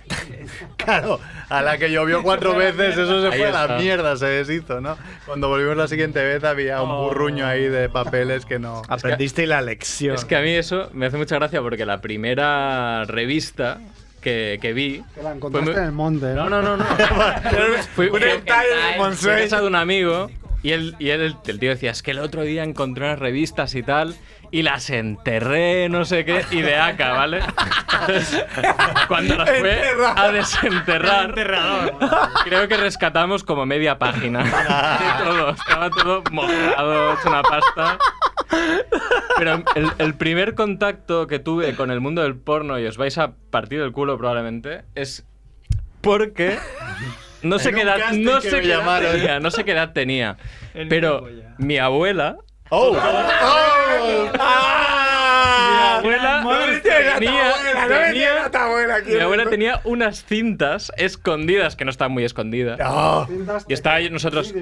S1: claro, a la que llovió cuatro veces, eso se
S6: Ahí
S1: fue a la
S6: está.
S1: mierda, se deshizo, ¿no? Cuando volvimos la siguiente vez había un
S8: Oh.
S1: burruño ahí de papeles que no...
S6: Ah,
S4: Aprendiste la lección.
S6: Es que a mí eso me hace mucha gracia porque la primera revista que, que vi.
S5: Que la
S6: fue
S5: encontraste
S6: muy-
S5: en el monte, ¿no?
S6: Pues No, no, no, no. Fui-
S4: un
S6: fui-
S4: hentai
S2: hentai.
S4: de
S6: Fui a
S4: Monse.
S6: casa de un amigo y él, y él- el tío decía, es que el otro día encontré unas revistas y tal y las enterré, no sé qué, y de acá, ¿vale? Entonces, cuando las fue a desenterrar, creo que rescatamos como media página de todo. Estaba todo mojado, hecho una pasta. Pero el, el primer contacto que tuve con el mundo del porno, y os vais a partir el culo probablemente, es porque no sé
S1: En
S6: qué
S1: un
S6: edad,
S1: casting
S6: no
S1: que
S6: sé
S1: me
S6: qué edad
S1: llamaron.
S6: tenía, no sé qué edad tenía.
S8: El
S6: Pero
S8: nuevo ya.
S6: mi abuela,
S1: ¡Oh! ¡Oh!
S4: ¡Ah!
S6: Mi abuela
S4: No me tienes a tu
S6: tenía-
S4: abuela, no me tienes a tu abuela aquí.
S6: mi abuela tenía unas cintas escondidas que no estaban muy escondidas.
S4: No.
S6: Y estaba ahí nosotros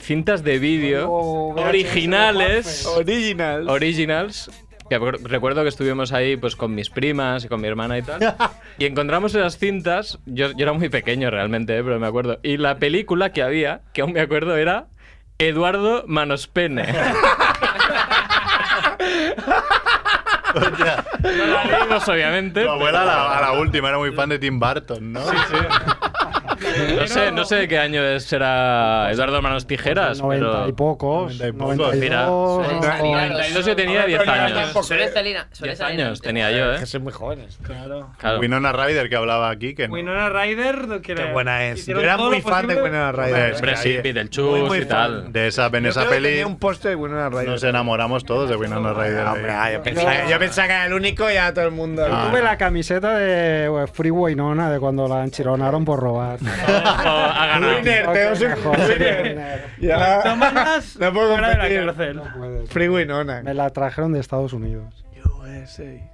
S6: cintas de vídeo
S4: Oh,
S5: O VHS
S6: originales,
S5: o
S4: Original.
S6: originals. Que recu- recuerdo que estuvimos ahí pues con mis primas y con mi hermana y tal. Y encontramos esas cintas. Yo, yo era muy pequeño realmente, eh, pero me acuerdo. Y la película que había, que aún me acuerdo, era Eduardo Manospene. no la leímos, obviamente.
S1: Tu abuela a la, a la última era muy fan de Tim Burton, ¿no? Sí, sí.
S6: No sé, no sé de qué año es- será Eduardo Manos Tijeras,
S5: 90
S6: pero.
S5: Pues y pocos.
S1: 90 y pocos.
S5: 92,
S6: Mira,
S5: o-
S2: suele salir a los-
S6: 92 yo tenía 10 años.
S2: Suele salir, a- suele
S6: 10
S2: salir
S6: años
S2: antes.
S6: tenía yo, ¿eh?
S4: Que soy muy jóvenes.
S8: Claro.
S6: Claro.
S1: Winona Ryder que hablaba aquí, que no.
S8: Winona Ryder, lo que
S4: Qué
S8: era-
S4: buena es. Yo
S8: hicieron
S4: era
S8: todo
S4: muy
S8: lo
S4: fan de
S8: posible.
S4: Winona
S1: Hombre,
S4: Ryder.
S1: es que
S6: Hombre, sí,
S1: ahí-
S4: Muy,
S6: Beetlejuice
S4: muy
S6: y tal.
S1: De esa, en
S4: Yo
S1: esa
S4: creo que
S1: peli
S4: Tenía un póster de Winona Ryder.
S1: nos enamoramos todos de Winona Ryder. ¿eh?
S4: Ah,
S1: ahí.
S4: hombre, ah, yo, pensaba, yo pensaba que era el único y a todo el mundo.
S1: Ah.
S5: Tuve la camiseta de eh, Free Wainona de cuando la enchironaron por robar.
S6: Ojo, ha ganado.
S4: Winner, tenemos un
S5: Mejor.
S4: winner. Ya.
S8: Tómalas
S4: No puedo
S8: fuera de la
S4: competir.
S8: cárcel.
S5: No puedes.
S4: Free Winona.
S5: Me la trajeron de Estados Unidos.
S2: eh.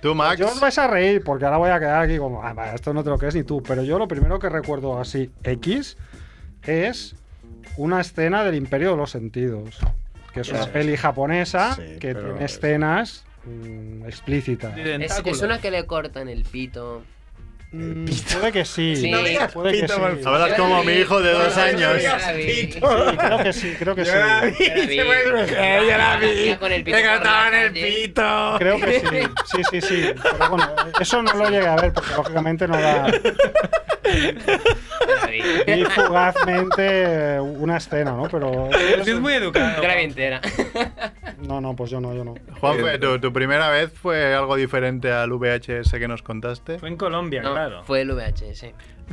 S1: Tú,
S4: Pues
S1: Max.
S5: Yo os vais a reír porque ahora voy a quedar aquí como, "Ah, va, esto no te lo crees ni tú, pero yo lo primero que recuerdo así, X, es una escena del Imperio de los Sentidos, que es una peli japonesa
S4: Sí,
S5: que
S4: pero-
S5: tiene escenas mm, explícitas.
S8: De
S2: Es,
S8: tentáculos.
S2: es una que le cortan el pito.
S5: Mm, puede que sí,
S2: Sí. No digas
S5: puede que
S4: pito,
S5: sí.
S4: por favor.
S1: Hablas como mi hijo de dos
S2: Yo la vi,
S1: años.
S2: yo la vi.
S5: Sí, creo que sí, creo que sí.
S4: Yo la vi,
S2: Yo la vi.
S4: se fue a surgir, yo la
S2: Ya con el
S4: vi.
S2: pito
S4: Me
S2: por la
S4: cortaban el
S2: calle.
S4: pito.
S5: Creo que sí, sí, sí, sí. Pero bueno, eso no lo llegué a ver porque lógicamente no da
S2: Yo la vi.
S5: y fugazmente eh, una escena, ¿no? Pero
S8: Sí, es muy educado.
S2: Yo la vi entera.
S5: No, no, pues yo no, yo no.
S1: Juan, tu, tu primera vez fue algo diferente al VHS que nos contaste.
S8: Fue en Colombia,
S2: No,
S8: claro.
S2: Fue el VHS.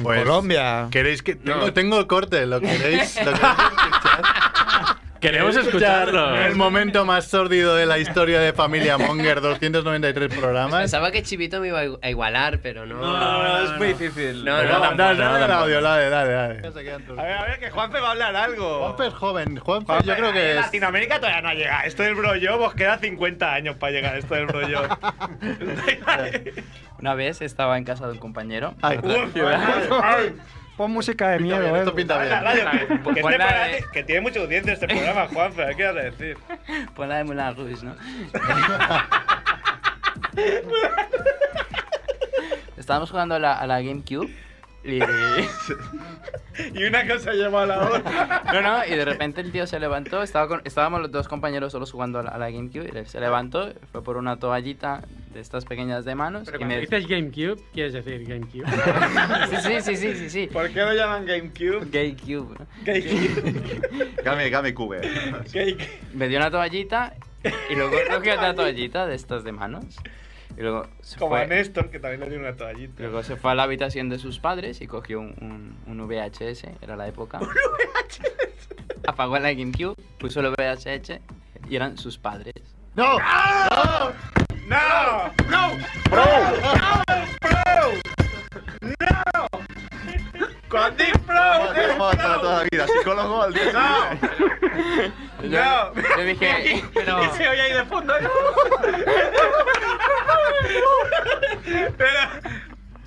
S1: Pues,
S4: Colombia.
S1: ¿Queréis que.? Tengo,
S2: No.
S1: tengo el corte, ¿lo queréis, lo queréis escuchar?
S6: Queremos escucharlo.
S1: El momento más sórdido de la historia de Familia Monger, 293 programas.
S2: Pensaba que Chivito me iba a igu- a igualar, pero no.
S4: Pues,
S10: es muy difícil.
S2: No, no,
S1: Dale,
S2: tampoco,
S1: dale, dale el
S2: tampoco.
S1: audio, dale, dale, dale.
S4: A ver, a ver, que Juanfe va a hablar algo.
S1: Juanfe es joven, Juanfe yo creo
S4: ahí
S1: que
S4: en
S1: es...
S4: Latinoamérica todavía no ha llegado. Esto del brollo, vos queda 50 años para llegar a esto del brollo.
S10: Una vez estaba en casa de un compañero.
S1: Ay,
S5: Pon música de
S1: pinta bien,
S5: miedo,
S1: esto
S5: eh.
S1: pinta bien.
S4: que,
S10: Ponla
S4: este
S10: de-
S4: programa- que tiene mucha audiencia este programa, Juanfe, ¿qué vas a decir?
S10: Pon la de Mulan Ruiz, ¿no? Estábamos jugando a la, a la GameCube y...
S4: Y una cosa lleva a la otra.
S10: No, no, y de repente el tío se levantó, estaba con- estábamos los dos compañeros solos jugando a la, a la GameCube, y él se levantó, fue por una toallita de estas pequeñas de manos
S11: Pero
S10: y
S11: cuando
S10: me...
S11: dices GameCube, quieres decir GameCube.
S10: Sí, sí, sí, sí, sí, sí.
S4: ¿Por qué lo llaman GameCube?
S10: GameCube. ¿no?
S12: Game, Game Cube.
S10: Me dio una toallita y luego creo que otra toallita de estas de manos. Y luego se
S4: Como
S10: fue-
S4: a Néstor, que también le dio una toallita.
S10: Luego se fue a la habitación de sus padres y cogió un, un- un VHS, era la época. ¿Un VHS? Apagó la GameCube, puso el VHS y eran sus padres.
S1: ¡No!
S4: ¡No! ¡No! ¡Bro! ¡No! ¡Bro! ¡No! ¡Con Dick Bro!
S12: Vamos a estar toda la vida. Psicólogo al día siguiente.
S4: ¡No!
S10: Yo dije, pero...
S4: Y se oye ahí de fondo. Pero.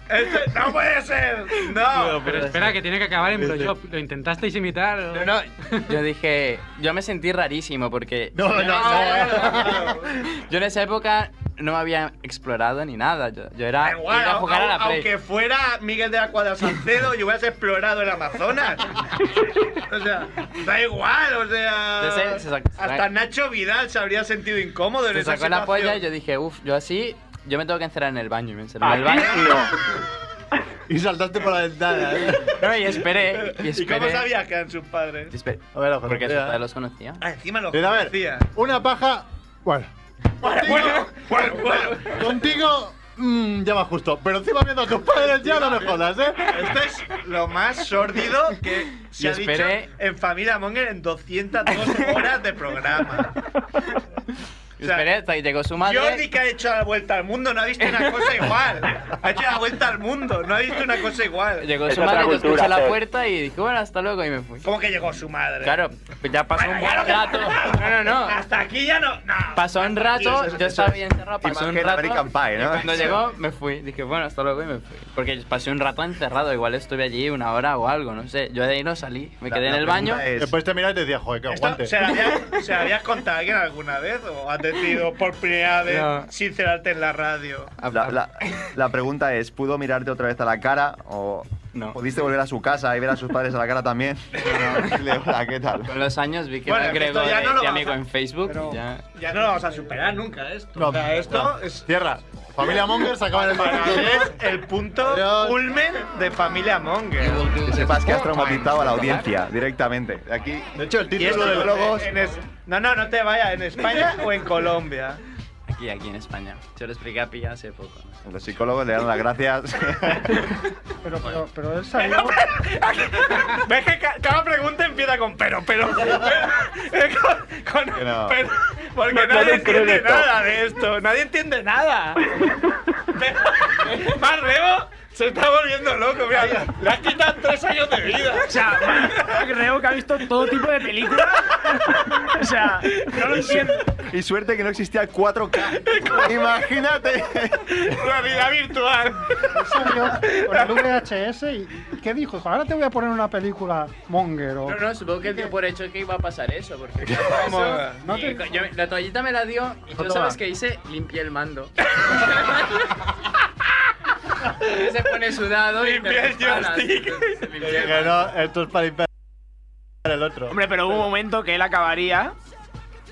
S4: este- ¡No puede ser! ¡No!
S11: Pero espera, que tiene que acabar en Broshop. ¿Lo intentasteis imitar? o-
S10: No, no, yo dije, yo me sentí rarísimo porque
S1: No, no, no.
S10: yo en esa época no me había explorado ni nada. Yo, yo
S4: Da
S10: era
S4: igual,
S10: ir a jugar a la
S4: au-
S10: Play.
S4: aunque fuera Miguel de la Cuadra Salcedo y hubieras explorado el Amazonas. o sea, da igual, o sea.
S10: Entonces, se sac-
S4: hasta Nacho Vidal se habría sentido incómodo en
S10: Se
S4: esa
S10: sacó la
S4: situación.
S10: polla y yo dije, uff, yo así, yo me tengo que encerrar en el baño. Y me encerré en
S4: Ah,
S10: el baño.
S1: Y saltaste por la ventana. ¿eh?
S10: No, y esperé, y
S4: ¿Y
S10: esperé.
S4: cómo sabías que eran sus padres?
S10: y esperé,
S1: A ver, ojo.
S10: Porque sus
S1: mira.
S10: padres los conocía.
S4: Ah, encima los
S1: Mira, a ver.
S4: conocía.
S1: Una paja... Bueno.
S4: Bueno, bueno, bueno, bueno.
S1: Contigo... mm, ya va justo. Pero encima viendo a tus padres ya no me jodas, ¿eh?
S4: Esto Este es lo más sórdido que se
S10: Y
S4: ha
S10: esperé-
S4: dicho en Familia Monger en 202 horas de programa.
S10: Y esperé hasta que llegó su madre.
S4: Jordi que ha hecho la vuelta al mundo no ha visto una cosa igual. Ha hecho la vuelta al mundo, no ha visto una cosa igual.
S10: Llegó su madre, yo escuché la puerta y dije, bueno, hasta luego, y me fui.
S4: ¿Cómo que llegó su madre?
S10: Claro, pues ya pasó
S4: Bueno,
S10: un
S4: ya lo
S10: buen
S4: que-
S10: rato. No, no, no.
S4: Hasta aquí ya no. no.
S10: Pasó un rato,
S12: eso-
S10: yo estaba bien encerrado, pasó un
S12: Imagen
S10: rato.
S12: American Pie,
S10: y
S12: ¿no?
S10: Cuando llegó, me fui. Dije, bueno, hasta luego y me fui. Porque pasé un rato encerrado, igual estuve allí una hora o algo, no sé. Yo de ahí no salí, me
S12: La-
S10: quedé en
S12: la
S10: el
S12: pregunta
S10: baño.
S12: es-
S1: Después te miras y te decías, joder, que aguante.
S4: Esto, ¿se, la habías, ¿Se la habías contado a alguien alguna vez? ¿O has decidido por primera vez
S10: No.
S4: sincerarte en la radio?
S12: La, la- la pregunta es, ¿pudo mirarte otra vez a la cara o
S10: No.
S12: pudiste volver a su casa y ver a sus padres a la cara también? Y le, hola, ¿qué tal?
S10: Con los años vi que
S4: Bueno,
S10: me agregó
S4: esto ya
S10: de,
S4: no lo
S10: de
S4: vamos
S10: amigo
S4: a-
S10: en Facebook.
S5: Pero-
S10: Ya.
S4: Ya no lo vamos a superar nunca esto.
S1: No,
S4: O sea, esto
S1: no.
S4: es
S1: Cierra. Familia Monger se acaba en el
S4: Para mí
S1: baño.
S4: es el punto
S1: Adiós.
S4: culmen de familia Monger.
S12: Que sepas que has traumatizado a la audiencia directamente. De aquí...
S1: De hecho, el
S4: Y
S1: título
S4: esto en-
S1: del...
S4: en es- No, no, no te vayas. ¿En España o en Colombia?
S10: Aquí, aquí en España. Se lo expliqué a Pilla hace poco.
S12: Los psicólogos le dan las gracias.
S5: Pero, pero, pero él salió.
S4: ¿Ves que ca- cada pregunta empieza con pero, pero, pero? eh, con- con-
S12: Que no.
S4: pero- porque nadie entiende nada de esto. Nadie entiende nada. Pero- Más Rebo se está volviendo loco. Mira, le- le has quitado tres años de vida.
S11: O sea, creo que ha visto todo tipo de películas. O sea, no lo entiendo.
S12: y suerte que no existía el 4K. Imagínate.
S4: Realidad virtual.
S5: salió con el VHS y ¿qué dijo? Dijo, ahora te voy a poner una película monger o...
S10: No, no, supongo que dio por hecho que iba a pasar eso, porque
S4: Vamos.
S5: No
S10: Y
S5: te-
S10: co- yo me- la toallita me la dio y yo, ¿sabes qué hice? Limpié el mando. se pone sudado y
S4: Limpié el joystick.
S1: Que no, esto es para impedir el otro.
S11: Hombre, pero hubo un momento que él acabaría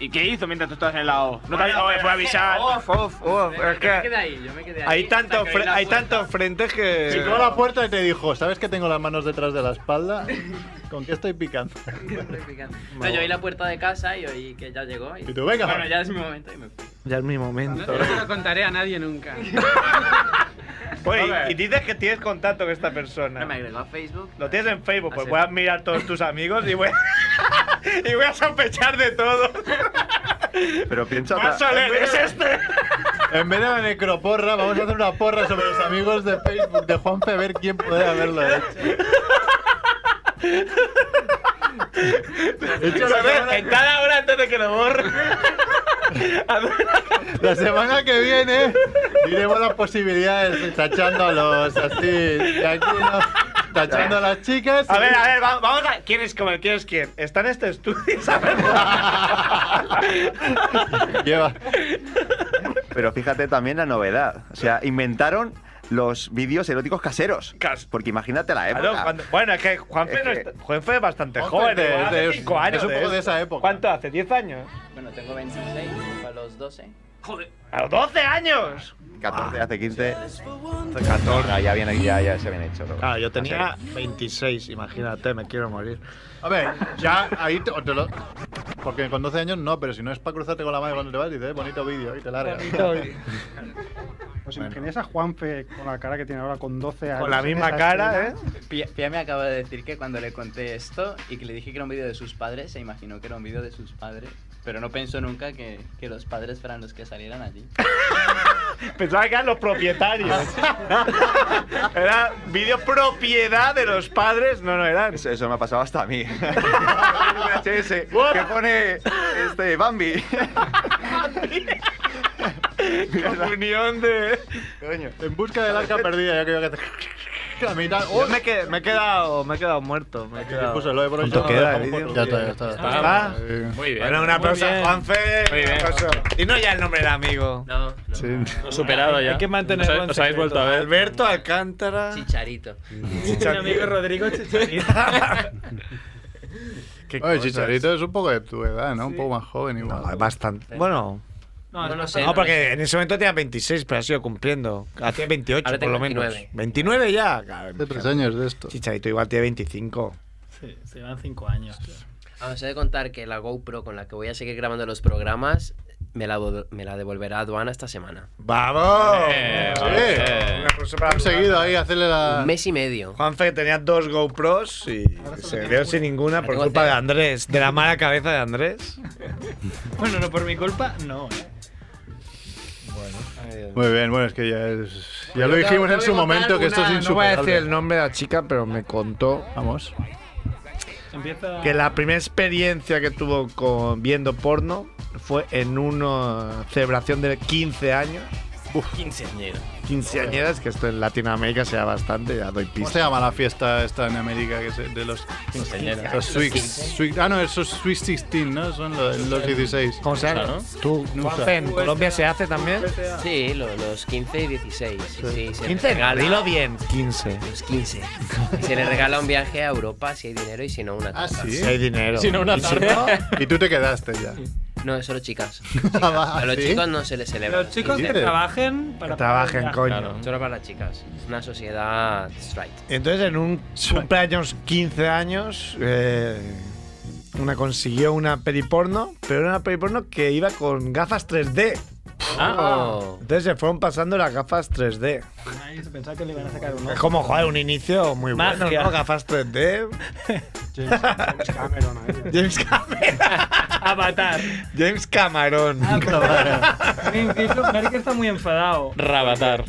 S11: ¿Y qué hizo mientras tú estabas en la O? No te avi- oh, fue a avisar.
S4: Off, off, off. Es
S11: Yo
S4: que
S11: me quedé
S10: ahí, yo me quedé
S4: hay tantos fre- hay tantos frentes que.
S1: Llegó a la puerta y te dijo, ¿sabes que tengo las manos detrás de la espalda? ¿Con qué estoy picando?
S10: No, yo oí la puerta de casa y oí que ya llegó. Y,
S1: Y tú, venga.
S10: Bueno, ya es mi momento y me fui.
S4: Ya es mi momento.
S13: No lo contaré a nadie nunca.
S4: Oye, y dices que tienes contacto con esta persona.
S10: No me agregó a Facebook.
S4: Lo tienes en Facebook, pues
S10: Así
S4: voy a
S10: es.
S4: mirar todos tus amigos y voy a, y voy a sospechar de todo.
S12: Pero piensa.
S4: Más soler, es este.
S1: En vez de la necroporra, vamos a hacer una porra sobre los amigos de Facebook de Juan Feber, quién puede haberlo hecho.
S4: Hecho, ¿sabes? En cada hora antes de que lo borre.
S1: La semana que viene diremos las posibilidades tachando a los así, de aquí, ¿no? tachando a las chicas.
S4: A ver, a ver, va- vamos a. ¿Quién es como el quién es quién? Está en este estudio, ¿sabes?
S1: Lleva.
S12: Pero fíjate también la novedad. O sea, inventaron los vídeos eróticos caseros. Porque imagínate la época.
S4: Claro, cuando- bueno, es que Juanfe, no está- Juanfe es bastante
S12: Juanfe
S4: joven,
S12: es de-
S4: igual hace
S12: de- es un
S4: 5 años. ¿eh?
S12: poco de
S4: esto.
S12: esa época.
S4: ¿Cuánto hace? ¿10 años?
S10: Bueno, tengo 26, fue a los 12. Joder.
S4: ¡A los 12 años!
S12: 14, hace 15. 14. ya, viene, ya, ya se habían hecho. todo.
S4: Claro, Ah, yo tenía
S12: Así.
S4: 26, imagínate, me quiero morir.
S1: A ver, ya ahí te, te lo. Porque con 12 años no, pero si no es para cruzarte con la madre cuando te vas, dices, "Eh, bonito vídeo, y te largas.
S5: Bonito vídeo. ¿Os imagináis pues a Juanfe con la cara que tiene ahora con 12 años? en esa escena?
S10: Pia, Pia me acaba de decir que cuando le conté esto y que le dije que era un vídeo de sus padres, se imaginó que era un vídeo de sus padres. Pero no pensó nunca que, que los padres fueran los que salieran allí.
S4: Pensaba que eran los propietarios. Era vídeo propiedad de los padres, no, no eran.
S12: Eso, eso me ha pasado hasta a mí. VHS, que pone este Bambi.
S4: Unión de.
S12: Coño.
S1: En busca del arca perdida, yo creo que te. La mitad. ¡Oh!
S4: me, he qued- me he quedado, me he quedado muerto. Me he quedado...
S1: Puse lo de por ahí,
S4: ¿Cuánto
S1: ya no
S4: queda
S1: dejamos
S4: el vídeo?
S1: fotos. Ya está, ya está.
S4: ¿Está?
S1: Está.
S6: Muy bien.
S4: Bueno, una
S6: muy
S4: pausa,
S6: bien.
S4: Juanfe.
S6: Muy bien.
S4: una pausa. Dinos ya el nombre del amigo.
S10: No,
S6: Superado ya.
S8: Hay que mantener
S6: Os ha-
S8: buen
S6: Os habéis
S8: secreto.
S6: vuelto a ver.
S4: Alberto Alcántara.
S10: Chicharito.
S8: Mi amigo Rodrigo Chicharito.
S4: Qué
S1: Oye,
S4: cosas.
S1: Chicharito es un poco de tu edad, ¿no? Un poco más joven igual.
S4: Bastante. Bueno.
S8: No, no,
S4: No, porque en ese momento tenía 26, pero ha sido cumpliendo. Hacía 28,
S1: Ahora
S4: por
S1: tengo
S4: lo menos.
S1: 29.
S4: 29 ya. Claro,
S1: Hace tres años de esto.
S4: Chicharito igual tiene 25.
S8: Sí, se llevan 5 años.
S2: Os he de contar que la GoPro con la que voy a seguir grabando los programas me la, do- me la devolverá aduana esta semana.
S4: ¡Vamos!
S1: Eh,
S4: Sí.
S1: vale.
S4: Un aplauso para
S1: Han seguido ahí a hacerle la.
S2: Un mes y medio.
S4: Juanfe que tenía dos GoPros y se quedó sin ninguna por culpa de Andrés, de la mala cabeza de Andrés.
S8: Bueno, no por mi culpa, no. eh.
S1: Muy bien, bueno, es que ya es. Ya lo dijimos en su momento que esto es
S4: No voy a
S1: insuperable.
S4: decir el nombre de la chica, pero me contó
S1: Vamos.
S8: Empieza.
S4: que la primera experiencia que tuvo con viendo porno fue en una celebración de 15 años.
S6: 15 años.
S4: 15 añeras, que esto en Latinoamérica sea bastante, ya doy
S1: ¿Cómo se
S4: pista.
S1: llama la fiesta esta en América que se- de los
S6: Quinceañeros.
S1: Los Sweet, Sweet- ah no, esos Sweet 16, ¿no? Son los, los 16.
S4: ¿Cómo se llama? ¿Tú,
S1: No
S4: Juanfe,
S1: usa.
S4: en Colombia se hace también?
S2: Sí, lo- los 15 y 16. Sí, sí, se
S4: 15,
S2: regala-
S4: dilo bien. 15.
S2: Los 15. Y se le regala un viaje a Europa si hay dinero y si no una
S1: Ah,
S2: tarta.
S1: sí.
S4: Si hay dinero.
S6: Si no, una
S4: Y si
S6: tarde.
S4: no,
S1: Y tú te quedaste ya.
S2: No, es solo chicas.
S1: Ah,
S2: A los
S1: ¿sí?
S2: chicos no se les celebra.
S8: Los chicos
S1: ¿Qué
S8: que
S1: dices?
S8: trabajen para.
S4: que trabajen, coño.
S2: Claro, solo para las chicas. Es una sociedad straight.
S4: Entonces, en un cumpleaños 15 años, eh, una consiguió una periporno, pero era una periporno que iba con gafas 3D.
S1: Ah.
S2: Oh.
S4: Entonces se fueron pasando las gafas 3D.
S8: Ay, se pensaba que le iban a sacar uno.
S4: Es como, joder, un inicio muy bueno,
S8: Magia.
S4: ¿no? Gafas 3D.
S5: James, James Cameron ahí. ¿eh?
S4: James, Cam-
S8: Avatar.
S4: James Cameron.
S8: Merkel está muy enfadado.
S6: Rabatar.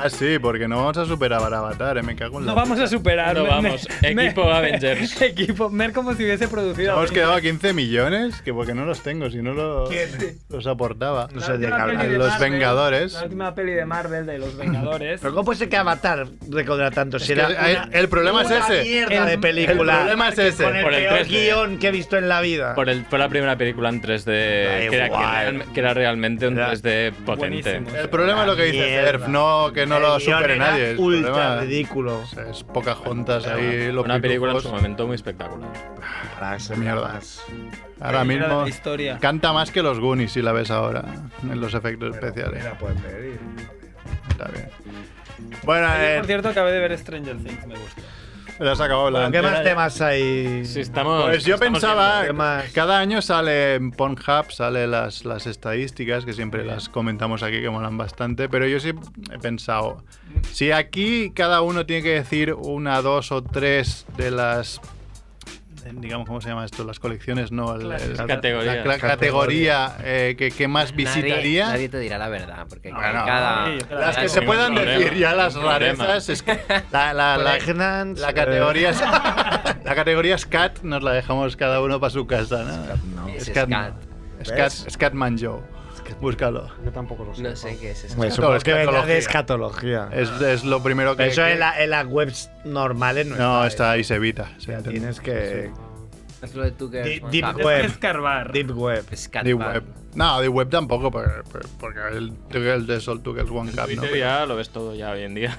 S1: Ah, sí, porque no vamos a superar a Avatar, eh, me cago en la.
S8: No vamos a superar.
S6: No
S8: Me-
S6: vamos.
S8: me-
S6: Equipo Avengers.
S8: Equipo Mer como si hubiese producido.
S1: Hemos quedado a 15 millones, que porque no los tengo, si no los,
S4: ¿Quién?
S1: los aportaba.
S4: No
S8: La
S4: sé de qué
S8: última
S4: hablar.
S8: peli de
S1: Los
S8: Marvel,
S1: Vengadores.
S8: La última peli de Marvel de Los Vengadores.
S4: Pero ¿cómo puede ser que Avatar recaudará tanto? Si era
S1: que, eh, el problema es
S4: una
S1: ese.
S4: mierda de
S1: El-
S4: película.
S1: el problema es ese.
S4: Con el,
S6: Por el
S4: peor
S6: 3D.
S4: guión que he visto en la vida.
S6: Por el, fue la primera película en 3D que era, que
S4: igual.
S6: real- que era realmente un
S4: Era
S6: 3D potente.
S8: buenísimo.
S1: El problema es lo que dice
S4: Mierda.
S1: Cerf, no no, que no lo supere nadie. el problema
S4: ridículo.
S1: Es pocas juntas ahí.
S6: Una
S1: los
S6: película en
S1: pitufos.
S6: su momento muy espectacular.
S1: Mierda. Ahora
S6: Película
S1: mismo
S6: de historia.
S1: canta más que los Goonies si la ves ahora en los efectos especiales.
S4: Mira, puedes ver y-
S1: Está bien. Bueno,
S8: Ayer,
S1: eh,
S8: por cierto, acabé de ver Stranger Things, me gusta.
S1: pero se acabó la
S4: Bueno, ¿Qué más
S1: entera.
S4: temas hay?
S6: estamos-
S1: Pues yo pensaba,
S4: ¿Qué más?
S1: cada año sale en Pornhub, sale las, las estadísticas, que siempre las comentamos aquí, que molan bastante, pero yo sí he pensado, si aquí cada uno tiene que decir una, dos o tres de las, eh, digamos, ¿cómo se llama esto? Las colecciones, no, el- el- la,
S6: Categoría.
S1: cla- categoría eh, que, que más
S2: Nadie,
S1: visitaría.
S2: nadie te dirá la verdad, porque
S1: Bueno,
S2: cada...
S1: Las que se puedan decir ya las rarezas es que la, la, la,
S4: Pregnant,
S1: la
S4: eh.
S1: categoría es, la categoría es cat nos la dejamos cada uno para su casa ¿no?
S2: Es
S1: Es
S2: cat, no.
S1: cat no. es
S4: ¿Ves?
S1: cat es Catman Joe búscalo
S5: Yo tampoco lo sé.
S2: No sé qué es eso.
S4: Hombre, eh, supongo
S1: Escatología.
S4: que vendrá de escatología.
S1: es, es lo primero que
S4: Pero eso
S1: que-
S4: en, la- en las webs normales no,
S1: no
S4: está.
S1: está ahí se evita se
S4: ¿eh?
S1: intenta.
S4: Tienes que.
S2: Es lo de tú que...
S4: Di-
S2: eres
S4: Deep
S2: WhatsApp.
S4: Web.
S8: Escarbar.
S4: Deep Web.
S2: Es cat
S1: de
S2: man.
S1: web no de web tampoco por- por- porque el, el de Sol tú que es One Cup ¿no?
S6: Twitter ya lo ves todo ya hoy en día.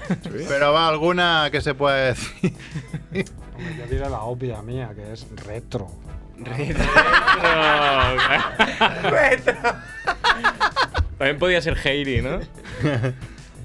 S1: pero va alguna que se pueda decir
S5: Hombre, Yo diré la obvia mía, que es retro.
S6: También podía ser Heidi, ¿no?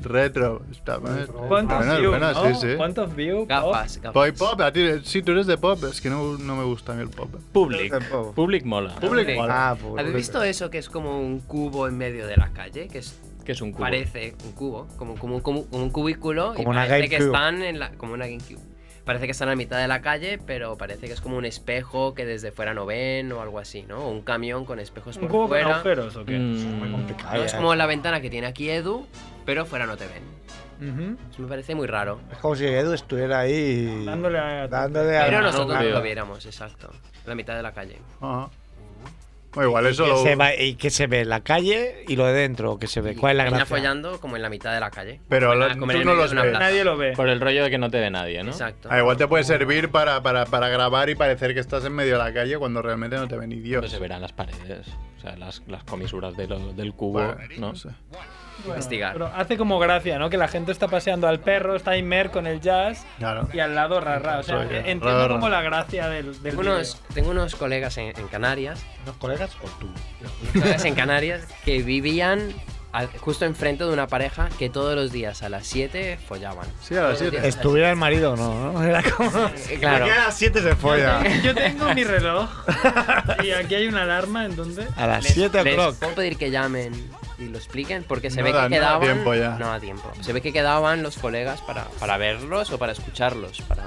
S1: retro está
S8: Point of
S1: Bueno,
S8: view,
S1: bueno,
S8: ¿no?
S1: sí, sí.
S8: Point of view,
S2: Gafas, gafas.
S1: Boy pop, a ti, sí, tú eres de pop, es que no, no me gusta a mí el pop.
S6: Public.
S4: Tampoco.
S6: Public mola.
S2: Public.
S4: Ah, pues.
S2: ¿Habéis visto eso que es como un cubo en medio de la calle? Que es
S6: Que es un cubo.
S2: parece un cubo, como, como, como- como un cubículo
S4: Como
S2: y
S4: una
S2: parece que
S4: GameCube.
S2: están en la, como una GameCube. Parece que están a la mitad de la calle, pero parece que es como un espejo que desde fuera no ven o algo así, ¿no? O un camión con espejos
S8: Oh, ¿Un
S2: por
S8: cubo con
S2: fuera.
S8: agujeros o qué?
S4: pues,
S6: Mm,
S4: Ah,
S2: No, es como la ventana que tiene aquí Edu, pero fuera no te ven. Eso me parece muy raro.
S4: Es como si Edu estuviera ahí.
S8: Dándole a-
S4: Dándole a.
S2: Pero
S6: no,
S2: nosotros no
S6: creo.
S2: lo viéramos, exacto. La mitad de la calle.
S1: Ajá. O igual eso
S4: Que
S1: lo.
S4: se va- ¿Y qué se ve? ¿La calle y lo de dentro? ¿Qué se ve? ¿Cuál es la
S2: Peña
S4: gracia?
S2: follando como en la mitad de la calle.
S1: Pero
S2: Como
S1: lo-
S2: en la- como en
S1: tú
S2: el
S1: no
S2: medio
S1: los
S2: de una
S1: ves.
S2: plaza.
S8: Nadie lo ve.
S6: Por el rollo de que no te ve nadie, ¿no?
S2: Exacto.
S1: Ah, igual te puede servir para, para, para grabar y parecer que estás en medio de la calle cuando realmente no te ven ni
S6: Pero
S1: Dios.
S6: se verán las paredes, o sea, las, las comisuras de lo- del cubo,
S1: Bueno,
S6: ¿no?
S1: no sé.
S8: Bueno,
S2: Investigar.
S8: Pero hace como gracia, ¿no? Que la gente está paseando al perro, está Imer con el jazz
S1: Claro.
S8: y al lado Rara. O sea,
S1: Soy yo.
S8: entiendo
S1: Ra, ra.
S8: como la gracia del, del
S2: Tengo unos, tengo unos colegas en, en Canarias,
S4: ¿Los colegas o tú?
S2: unos colegas en Canarias que vivían al- justo enfrente de una pareja que todos los días a las 7 follaban.
S1: Sí, a las 7.
S4: ¿Estuviera el marido o no? ¿no? Era como.
S2: Eh, Claro.
S4: Porque a las 7 se folla.
S8: vídeo. Yo tengo mi reloj y aquí hay una alarma en donde...
S4: A las
S2: Les-
S4: 7
S2: les
S4: o'clock.
S2: puedo pedir que llamen y lo expliquen porque se
S1: No
S2: ve
S1: da-
S2: que
S1: no da
S2: quedaban
S1: tiempo ya.
S2: no da tiempo se ve que quedaban los colegas para, para verlos o para escucharlos para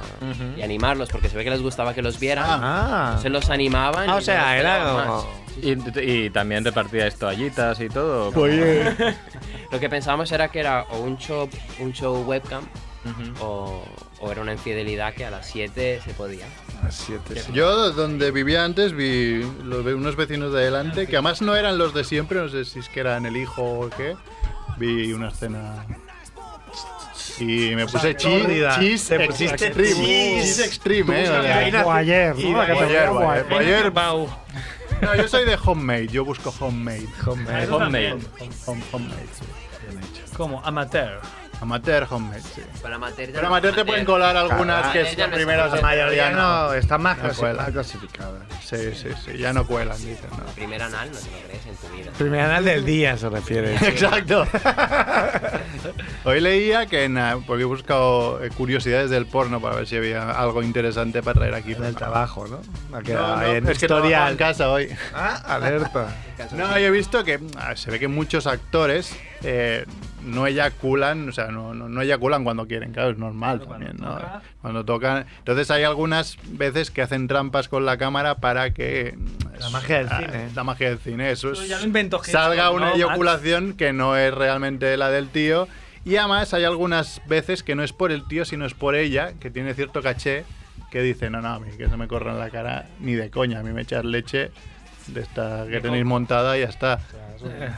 S2: y animarlos porque se ve que les gustaba que los vieran
S4: Ah.
S2: se los animaban
S4: Ah, o
S2: y
S4: sea,
S2: no los
S4: era
S2: dejaban
S4: como-
S2: más.
S6: Y, y también repartíais toallitas y todo.
S2: lo que pensábamos era que era o un show un show webcam o, o era una infidelidad que a las 7 se podía
S1: Yo, donde vivía antes, vi los ve- unos vecinos de adelante, que además no eran los de siempre, no sé si es que eran el hijo o qué. Vi una escena. Y me puse cheese,
S4: sórdida.
S1: cheese,
S4: Te pusiste
S1: extreme.
S4: cheese.
S1: Cheese extreme, eh. o sea.
S4: Ahí nació-
S5: O ayer,
S4: y
S5: ¿no? La que
S1: O
S5: te
S1: ayer,
S5: veía
S1: o
S5: guay.
S1: ayer, o ayer.
S8: Bau.
S1: No, yo soy de homemade, yo busco homemade.
S8: Ah,
S1: Homemade.
S8: eso también.
S1: Home- homemade, sí. Bien hecho.
S8: Como amateur.
S1: Amateur homemade, sí.
S2: para amateur ya
S1: Pero
S2: no-
S1: amateur te
S4: Eh,
S1: pueden
S4: ah,
S1: colar algunas que
S2: Amateur ya
S1: son
S2: no es
S1: primeras
S2: amateur.
S1: de mayoría.
S4: no, está más
S1: No cuela.
S4: clasificada.
S1: Sí, sí, sí, ya no cuelan, dicen. ¿no?
S2: primer anal no te lo crees en tu vida
S4: Primer anal del día se refiere.
S1: Exacto. Hoy leía que en, ah, porque he buscado eh, curiosidades del porno para ver si había algo interesante para traer aquí.
S4: En el trabajo, ¿no? Ha
S1: No,
S4: quedado
S1: no,
S4: ahí en
S1: es que trabajaba en
S4: historial.
S1: casa hoy.
S4: Ah, alerta.
S1: No, yo he visto que ah, se ve que muchos actores eh, no eyaculan, o sea, no, no, no eyaculan cuando quieren, claro, es normal también, ¿no? Cuando tocan. Entonces hay algunas veces que hacen trampas con la cámara para que.
S4: La magia del
S1: ah,
S4: cine.
S1: La magia del cine, eso
S8: Eso
S1: es-
S8: ya lo inventó Hitchcock,
S1: Salga
S8: ¿no,
S1: una
S8: Max?
S1: eyaculación que no es realmente la del tío. Y además hay algunas veces que no es por el tío, sino es por ella, que tiene cierto caché, que dice, no, no, a mí que no me corran la cara ni de coña, a mí me echas leche de esta que tenéis montada y ya está.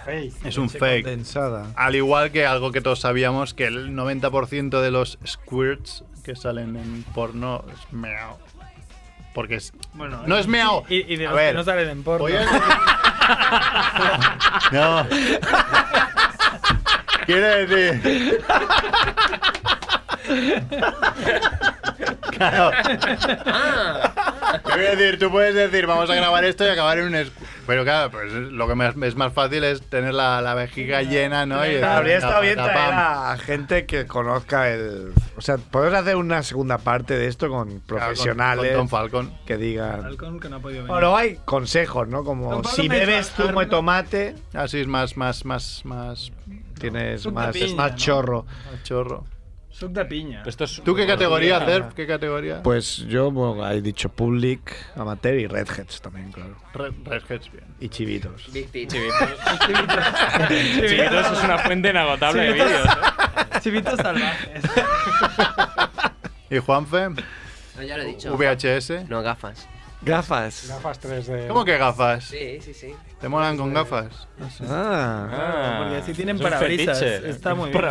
S1: Eh, Es un fake.
S4: Condensada.
S1: Al igual que algo que todos sabíamos, que el 90% de los squirts que salen en porno es meao. Porque es...
S8: Bueno, eh,
S1: No es meao.
S8: Y, y de
S1: A
S8: los que
S1: ver,
S8: no salen en porno.
S1: voy a- No. Quiero decir. Claro. Yo voy a decir, tú puedes decir, vamos a grabar esto y acabar en un. escu- Pero claro, pues lo que más- es más fácil es tener la, la vejiga llena, ¿no? Y decir,
S4: Habría
S1: "Tapa,
S4: estado bien traer
S1: tapa".
S4: a gente que conozca el. O sea, podemos hacer una segunda parte de esto con profesionales.
S1: con Tom Falcon.
S4: Que digan.
S8: Falcon, que no ha podido venir.
S4: Bueno, hay consejos, ¿no? Como si bebes zumo de tomate.
S1: Así es más, más, más, más.
S4: Tienes
S8: Zumo de
S4: más,
S8: piña,
S4: más
S8: ¿no?
S4: chorro.
S1: Más chorro.
S8: Suc de piña.
S6: Pues
S1: ¿Tú qué categoría, hacer? ¿Qué categoría?
S4: Pues yo, bueno, he dicho public, amateur y redheads también, claro.
S1: Red, Redheads, bien.
S4: Y chivitos.
S6: Chivitos es una fuente inagotable de
S8: Chivitos.
S6: vídeos.
S8: Chivitos salvajes.
S1: ¿Y Juanfe?
S2: No, ya lo he dicho.
S1: ¿VHS?
S2: No, gafas.
S4: Gafas.
S5: Gafas 3D.
S1: ¿Cómo que gafas?
S2: Sí, sí, sí.
S1: ¿Te molan con gafas?
S8: Ah, porque así tienen
S6: es un
S8: parabrisas.
S6: fetiche.
S8: Está muy bien.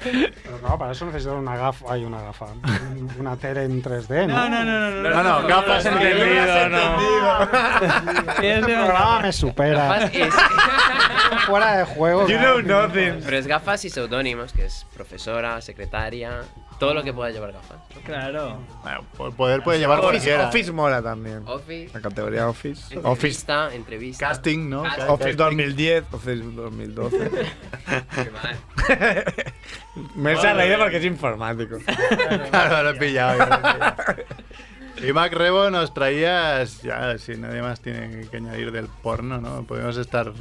S5: Pero no, para eso necesitan una gafa. Hay una gafa. un- Una tele en 3D, ¿no?
S8: No, no, no, no.
S6: No, no, gafas entendido, no.
S8: Pies
S5: Este
S8: de-
S5: programa me supera.
S2: Gafas es-
S5: Fuera de juego. cara.
S2: Pero es gafas y seudónimos, que es profesora, secretaria, todo lo que pueda llevar gafas.
S8: Claro.
S1: Bueno, por poder puede llevar
S4: Office,
S1: cualquiera.
S4: Office mola también.
S2: Office,
S4: La categoría Office. Office,
S2: entrevista, entrevista.
S1: Casting, ¿no?
S2: Casting.
S4: Office 2010, Office 2012.
S2: Qué mal.
S4: Me se ha reído porque es informático.
S1: Claro, lo he pillado. yo lo he pillado. Y Mac Rebo nos traías, ya, si nadie más tiene que añadir del porno, ¿no? Podemos estar,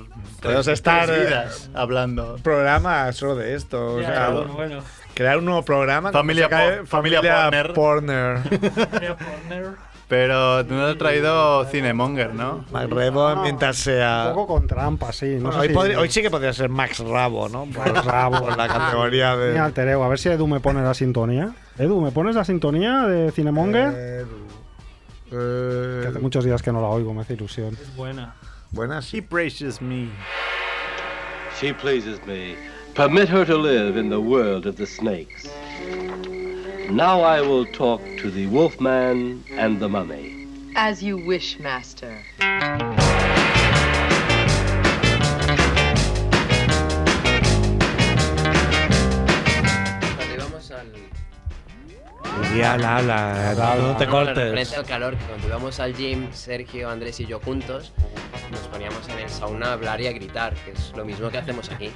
S4: Podemos estar,
S1: tres vidas hablando.
S4: programa solo de esto. o
S6: Pues
S8: Ya,
S4: sea,
S8: bueno, bueno.
S4: crear un nuevo programa.
S1: Familia
S4: que se
S1: por-
S4: acabe-
S1: familia
S4: familia Porner.
S8: Mario Corner.
S1: Pero tú nos has traído Cinemonger, ¿no?
S4: Mac Rebo,
S5: No,
S4: mientras
S5: Ah. Un
S4: sea.
S5: poco con trampa, sí. No
S4: Ah. Bueno,
S5: sé
S4: hoy,
S5: si-
S4: podri- hoy sí que podría ser Max Rabo, ¿no? Por,
S5: Max Rabo.
S4: por la categoría
S5: Mi
S4: de.
S5: alter ego, A ver si Edu me pone la sintonía. Edu, ¿me pones la sintonía de
S4: Eh,
S5: Cinemonger? Que hace muchos días que no la oigo, me hace ilusión.
S8: Es buena.
S4: Buenas.
S1: She praises me.
S13: She pleases me. Permit her to live in the world of the snakes. Now I will talk to the wolfman and the mummy.
S14: As you wish, master.
S2: Cuando íbamos al.
S4: Ya, la habla. No te
S2: Frente
S4: cortes.
S2: al calor, que cuando íbamos al gym, Sergio, Andrés y yo juntos, nos poníamos en el sauna a hablar y a gritar, que es lo mismo que hacemos aquí.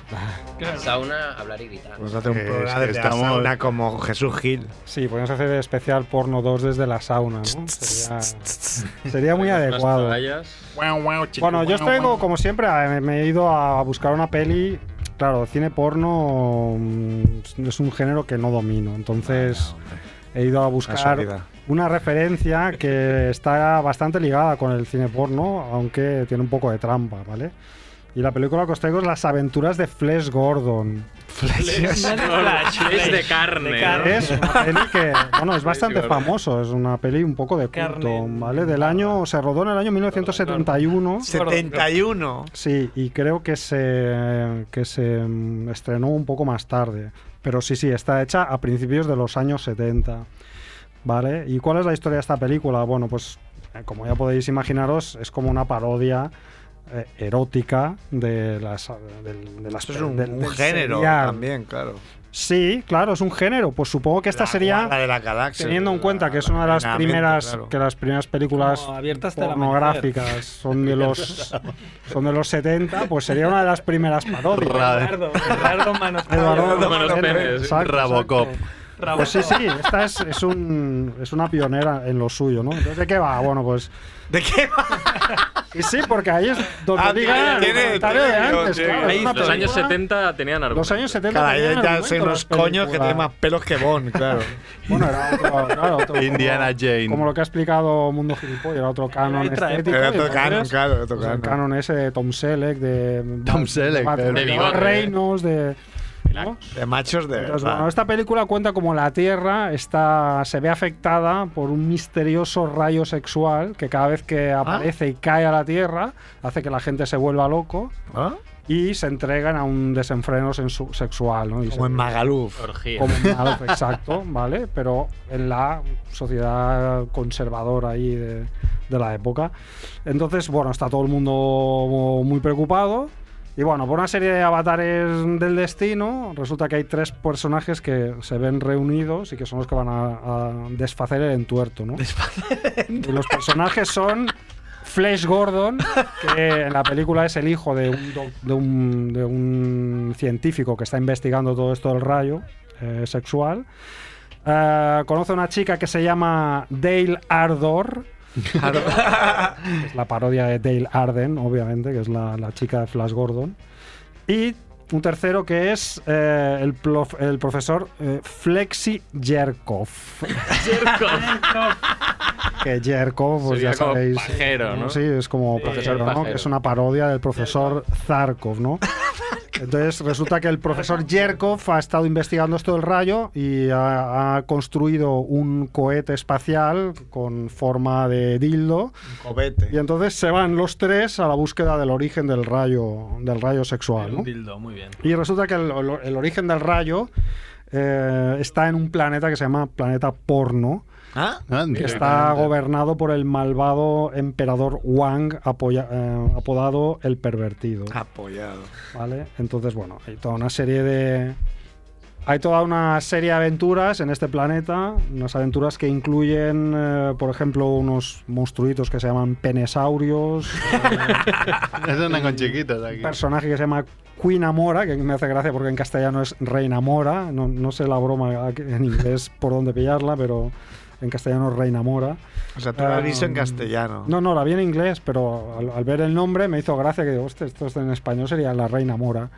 S8: Claro.
S2: Sauna, hablar y gritar.
S6: Pues
S4: Vamos a hacer un
S1: Es
S4: programa
S1: que
S4: de la
S1: estamos-
S4: sauna como Jesús Gil.
S5: Sí, podríamos hacer el especial porno 2 desde la sauna, ¿no? Sería, sería muy
S6: Unas
S5: adecuado.
S6: toallas.
S1: Guau, guau, chiqui,
S5: Bueno, yo
S1: guau,
S5: os traigo,
S1: guau.
S5: como siempre, a- me he ido a buscar una peli. Claro, cine porno mm, es un género que no domino, entonces he ido a buscar
S4: Casualidad.
S5: una referencia que está bastante ligada con el cine porno, aunque tiene un poco de trampa, ¿vale? Y la película que os traigo es Las aventuras de Flash Gordon.
S6: Es de carne.
S8: De carne.
S5: Es una peli que, bueno, es bastante
S6: Gordon.
S5: famoso, es una peli un poco de culto,
S8: Carne.
S5: ¿vale? Del año, se rodó en el año 1971.
S4: 71.
S5: Sí, y creo que se, que se mm, estrenó un poco más tarde. Pero sí, sí, está hecha a principios de los años 70. ¿Vale? ¿Y cuál es la historia de esta película? Bueno, pues eh, como ya podéis imaginaros, es como una parodia eh, erótica de las... del- de las
S4: Esto es un,
S5: del-
S4: un
S5: del
S4: género
S5: serial.
S4: también, claro.
S5: Sí, claro, es un género. Pues supongo que esta
S4: La
S5: sería...
S4: guarda de la galaxia.
S5: Teniendo en
S4: la-
S5: cuenta que es una de las
S4: plenamente,
S5: primeras
S4: claro.
S5: que las primeras películas
S8: Como abierta hasta el
S5: pornográficas son de los son de los 70, pues sería una de las primeras parodias.
S8: Eduardo. Eduardo Manos.
S5: Eduardo
S6: Manos
S5: Manos
S6: Pérez,
S5: Pérez,
S6: sí.
S5: exacto,
S1: Rabocop.
S5: exacto.
S8: Rabo.
S5: Pues sí, sí, esta es, es, un, es una pionera en lo suyo, ¿no? Entonces, ¿de qué va? Bueno, pues.
S4: ¿De qué va?
S5: Y sí, porque ahí es donde
S4: Ah,
S5: diga
S4: tiene-
S5: el comentario de
S4: tiene-
S5: antes,
S4: tiene-
S5: claro, es
S6: Ahí,
S5: una
S6: los años
S5: película-
S6: 70 tenían algo.
S5: Los años 70.
S4: Cada
S5: tenían
S4: día ya
S5: argumento
S4: son
S5: las
S4: unos coños que
S5: películas.
S4: tienen más pelos que Bon, claro.
S5: Bueno, era otro. claro, otro-
S1: Indiana
S5: como-
S1: Jane.
S5: Como lo que ha explicado Mundo Gilipollas, era otro canon
S8: otra
S5: estético.
S4: Era
S5: y
S4: otro canon,
S5: entonces,
S4: claro, otro
S5: pues,
S4: canon.
S5: el canon ese de Tom Selleck, de.
S1: Tom
S5: de-
S1: Selleck,
S5: de-
S1: pero-
S5: de
S6: De bigote.
S5: Reynolds, de. ¿no?
S4: De machos de
S5: Entonces,
S4: verdad.
S5: bueno, esta película cuenta como la Tierra está, se ve afectada por un misterioso rayo sexual que cada vez que
S4: Ah.
S5: aparece y cae a la Tierra hace que la gente se vuelva loco
S4: ¿Ah?
S5: y se entregan a un desenfreno sensu- sexual. ¿no? Y se-
S4: Como en Magaluf.
S6: Orgía.
S5: como un Adolf, exacto, ¿vale? Pero en la sociedad conservadora ahí de, de la época. Entonces, bueno, está todo el mundo muy preocupado Y bueno, por una serie de avatares del destino, resulta que hay tres personajes que se ven reunidos y que son los que van a, a desfacer el entuerto, ¿no? Y los personajes son Flash Gordon, que en la película es el hijo de un, doc- de un- de un científico que está investigando todo esto del rayo eh, sexual. Eh, conoce a una chica que se llama Dale Ardor. es la parodia de Dale Arden, obviamente, que es la, la chica de Flash Gordon. Y un tercero que es eh, el, plof- el profesor eh, Flexi Jerkov. que Jerkov, pues
S6: Sería
S5: ya
S6: como
S5: sabéis.
S6: pajero, ¿no?
S5: Sí, es como
S6: Sí,
S5: profesor,
S6: profesor
S5: ¿no?
S6: pajero.
S5: Es una parodia del profesor Zarkov, ¿no? Entonces resulta que el profesor Yerkov ha estado investigando esto del rayo y ha, ha construido un cohete espacial con forma de dildo.
S4: Cobete.
S5: Y entonces se van los tres a la búsqueda del origen del rayo, del rayo sexual. ¿no?
S11: Dildo, muy bien.
S5: Y resulta que el, el- el origen del rayo eh, está en un planeta que se llama planeta porno.
S4: ¿Ah?
S5: Que está gobernado por el malvado emperador Wang, apoya- eh, apodado el pervertido.
S4: Ah. Apoyado.
S5: ¿Vale? Entonces, bueno, hay toda una serie de. Hay toda una serie de aventuras en este planeta. Unas aventuras que incluyen, eh, por ejemplo, unos monstruitos que se llaman penesaurios.
S1: Esos andan con chiquitos aquí.
S5: Un personaje que se llama Queen Amora, que me hace gracia porque en castellano es Reina Mora. No, no sé la broma en inglés por dónde pillarla, pero en castellano es Reina Mora.
S4: O sea, tú lo has visto en
S5: Um,
S4: castellano.
S5: No, no, la vi en inglés, pero al, al ver el nombre me hizo gracia que digo, hostia, esto en español sería La Reina Mora.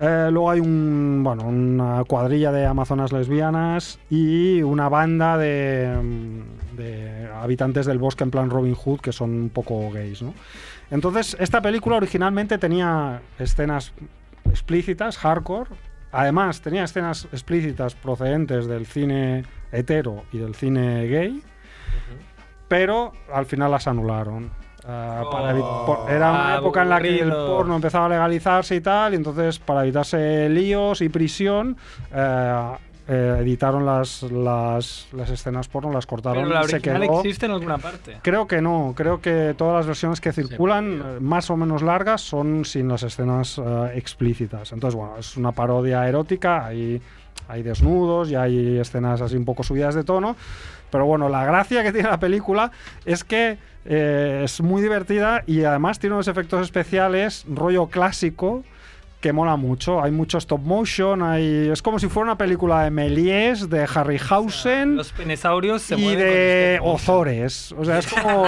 S5: Eh, luego hay un, bueno, una cuadrilla de amazonas lesbianas y una banda de, mm, de habitantes del bosque en plan Robin Hood que son un poco gays, ¿no? Entonces, esta película originalmente tenía escenas explícitas, hardcore. Además, tenía escenas explícitas procedentes del cine hetero y del cine gay. Pero al final las anularon. Ah, para
S8: Oh.
S5: evi- por- era
S8: Ah,
S5: una época en la que el
S11: aburrido.
S5: porno empezaba a legalizarse y tal, y entonces para evitarse líos y prisión, eh, eh, editaron las, las, las escenas porno, las cortaron
S8: Pero la
S5: y se
S8: original
S5: quedó.
S8: existe en alguna parte.
S5: Creo que no, creo que todas las versiones que circulan, eh, más o menos largas, son sin las escenas eh, explícitas. Entonces, bueno, es una parodia erótica, hay, hay desnudos y hay escenas así un poco subidas de tono. Pero bueno, la gracia que tiene la película es que eh, es muy divertida y además tiene unos efectos especiales, rollo clásico, que mola mucho. Hay mucho stop motion, hay... es como si fuera una película de Méliès, de Harryhausen
S8: Los penesaurios se
S5: y
S8: mueven este
S5: de Ozores. O sea, es como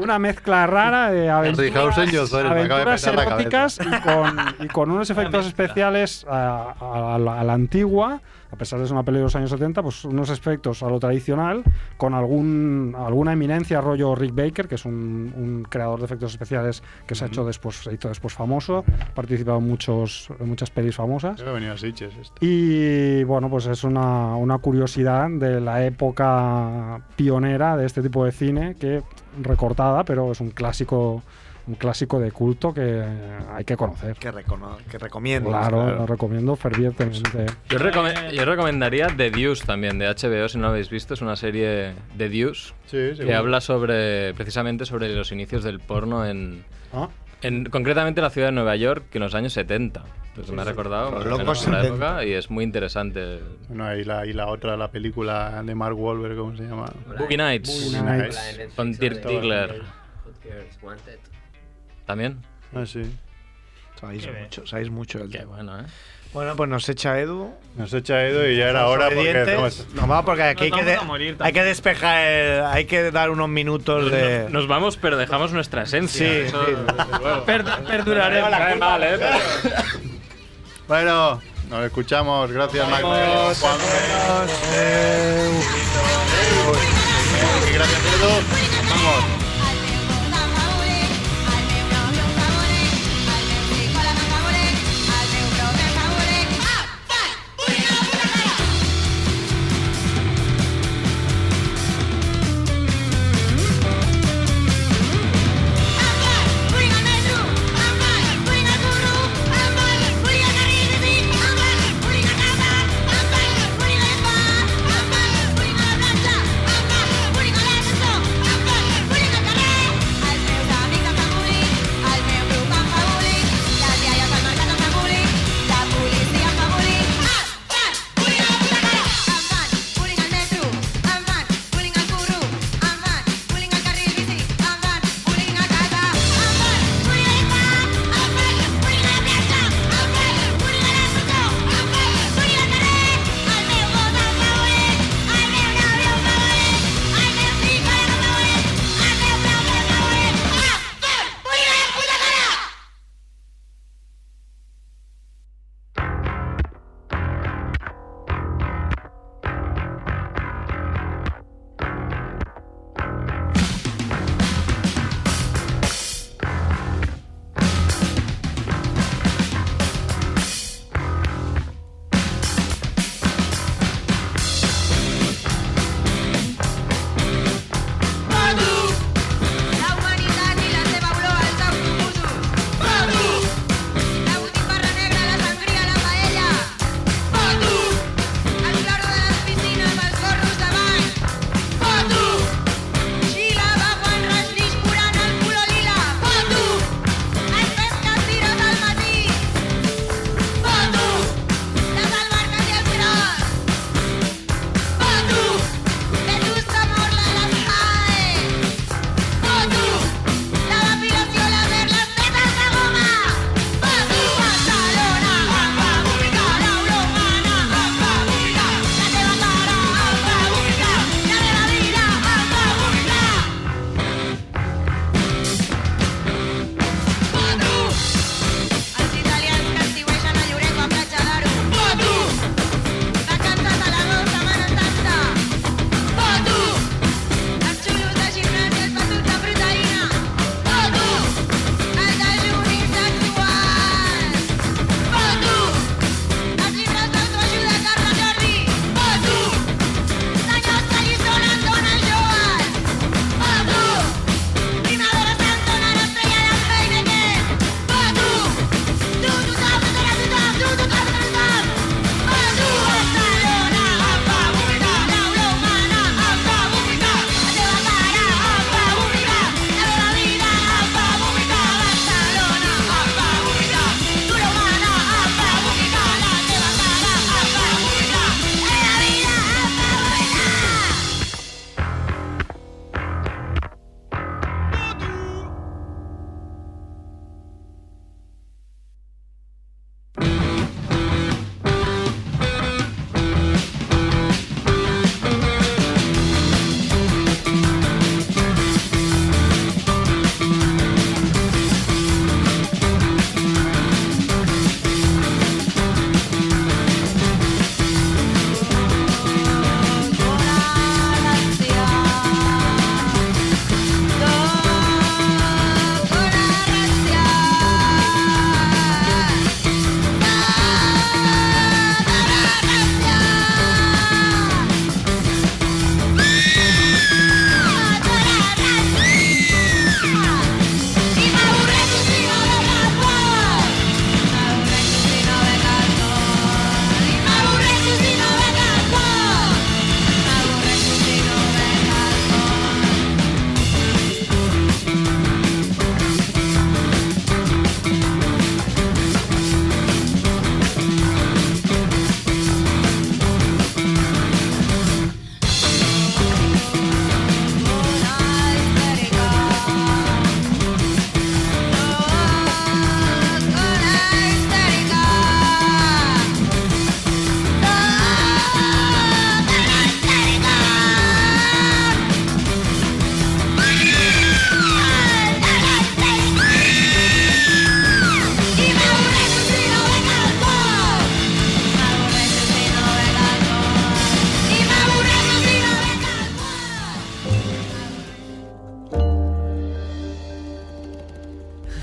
S5: una mezcla rara de aventuras,
S1: Harryhausen y Ozores, me acaba de
S5: aventuras
S1: petar la
S5: eróticas y con, y con unos efectos especiales a, a- a la, a la antigua, a pesar de ser una peli de los años 70, pues unos efectos a lo tradicional, con algún, alguna eminencia rollo Rick Baker, que es un, un creador de efectos especiales que se ha hecho después, se hizo después famoso, ha participado en, muchos, en muchas pelis famosas.
S1: Creo que venía a Sitges esto.
S5: Y bueno, pues es una, una curiosidad de la época pionera de este tipo de cine, que recortada, pero es un clásico, un clásico de culto que hay que conocer.
S4: Que, recono- que recomiendas.
S5: Claro, lo recomiendo fervientemente.
S6: Yo, recome-
S1: Eh.
S6: yo recomendaría The Deuce también, de HBO, si no lo habéis visto. Es una serie de Deuce
S1: Sí,
S6: que
S1: seguro.
S6: habla sobre precisamente sobre los inicios del porno en,
S5: Ah.
S6: en concretamente la ciudad de Nueva York en los años 70. Pues me ha
S1: sí.
S6: recordado
S1: Los
S6: más o menos
S1: locos
S6: a la
S1: 70.
S6: época y es muy interesante.
S1: Bueno, y la, y la otra, la película de Mark Wahlberg, ¿cómo se llama?
S6: Boogie Nights.
S1: Boogie Nights.
S6: Con Dirk Diggler. ¿También?
S1: Ah, sí.
S4: Sabéis
S6: Qué bien.
S4: mucho, sabéis mucho del Qué
S6: bueno, ¿eh?
S4: Bueno, pues nos echa Edu.
S1: Nos echa Edu y ya era hora porque hacemos-
S4: No, vamos porque aquí hay
S1: Nos
S4: que,
S1: vamos
S4: de-
S1: a morir
S4: hay que despejar, el- hay que dar unos minutos de.
S6: Nos, nos vamos, pero dejamos nuestra esencia.
S4: Sí,
S6: Eso,
S4: sí.
S6: desde luego.
S1: perduraremos.
S6: Me cae mal, ¿eh? Pero-
S1: Bueno, nos escuchamos. Gracias, Max. Juan, eh. y Gracias, Edu. Vamos.
S7: Putting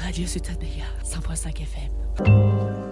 S15: Radio Ciutat Bella, 100.5 FM.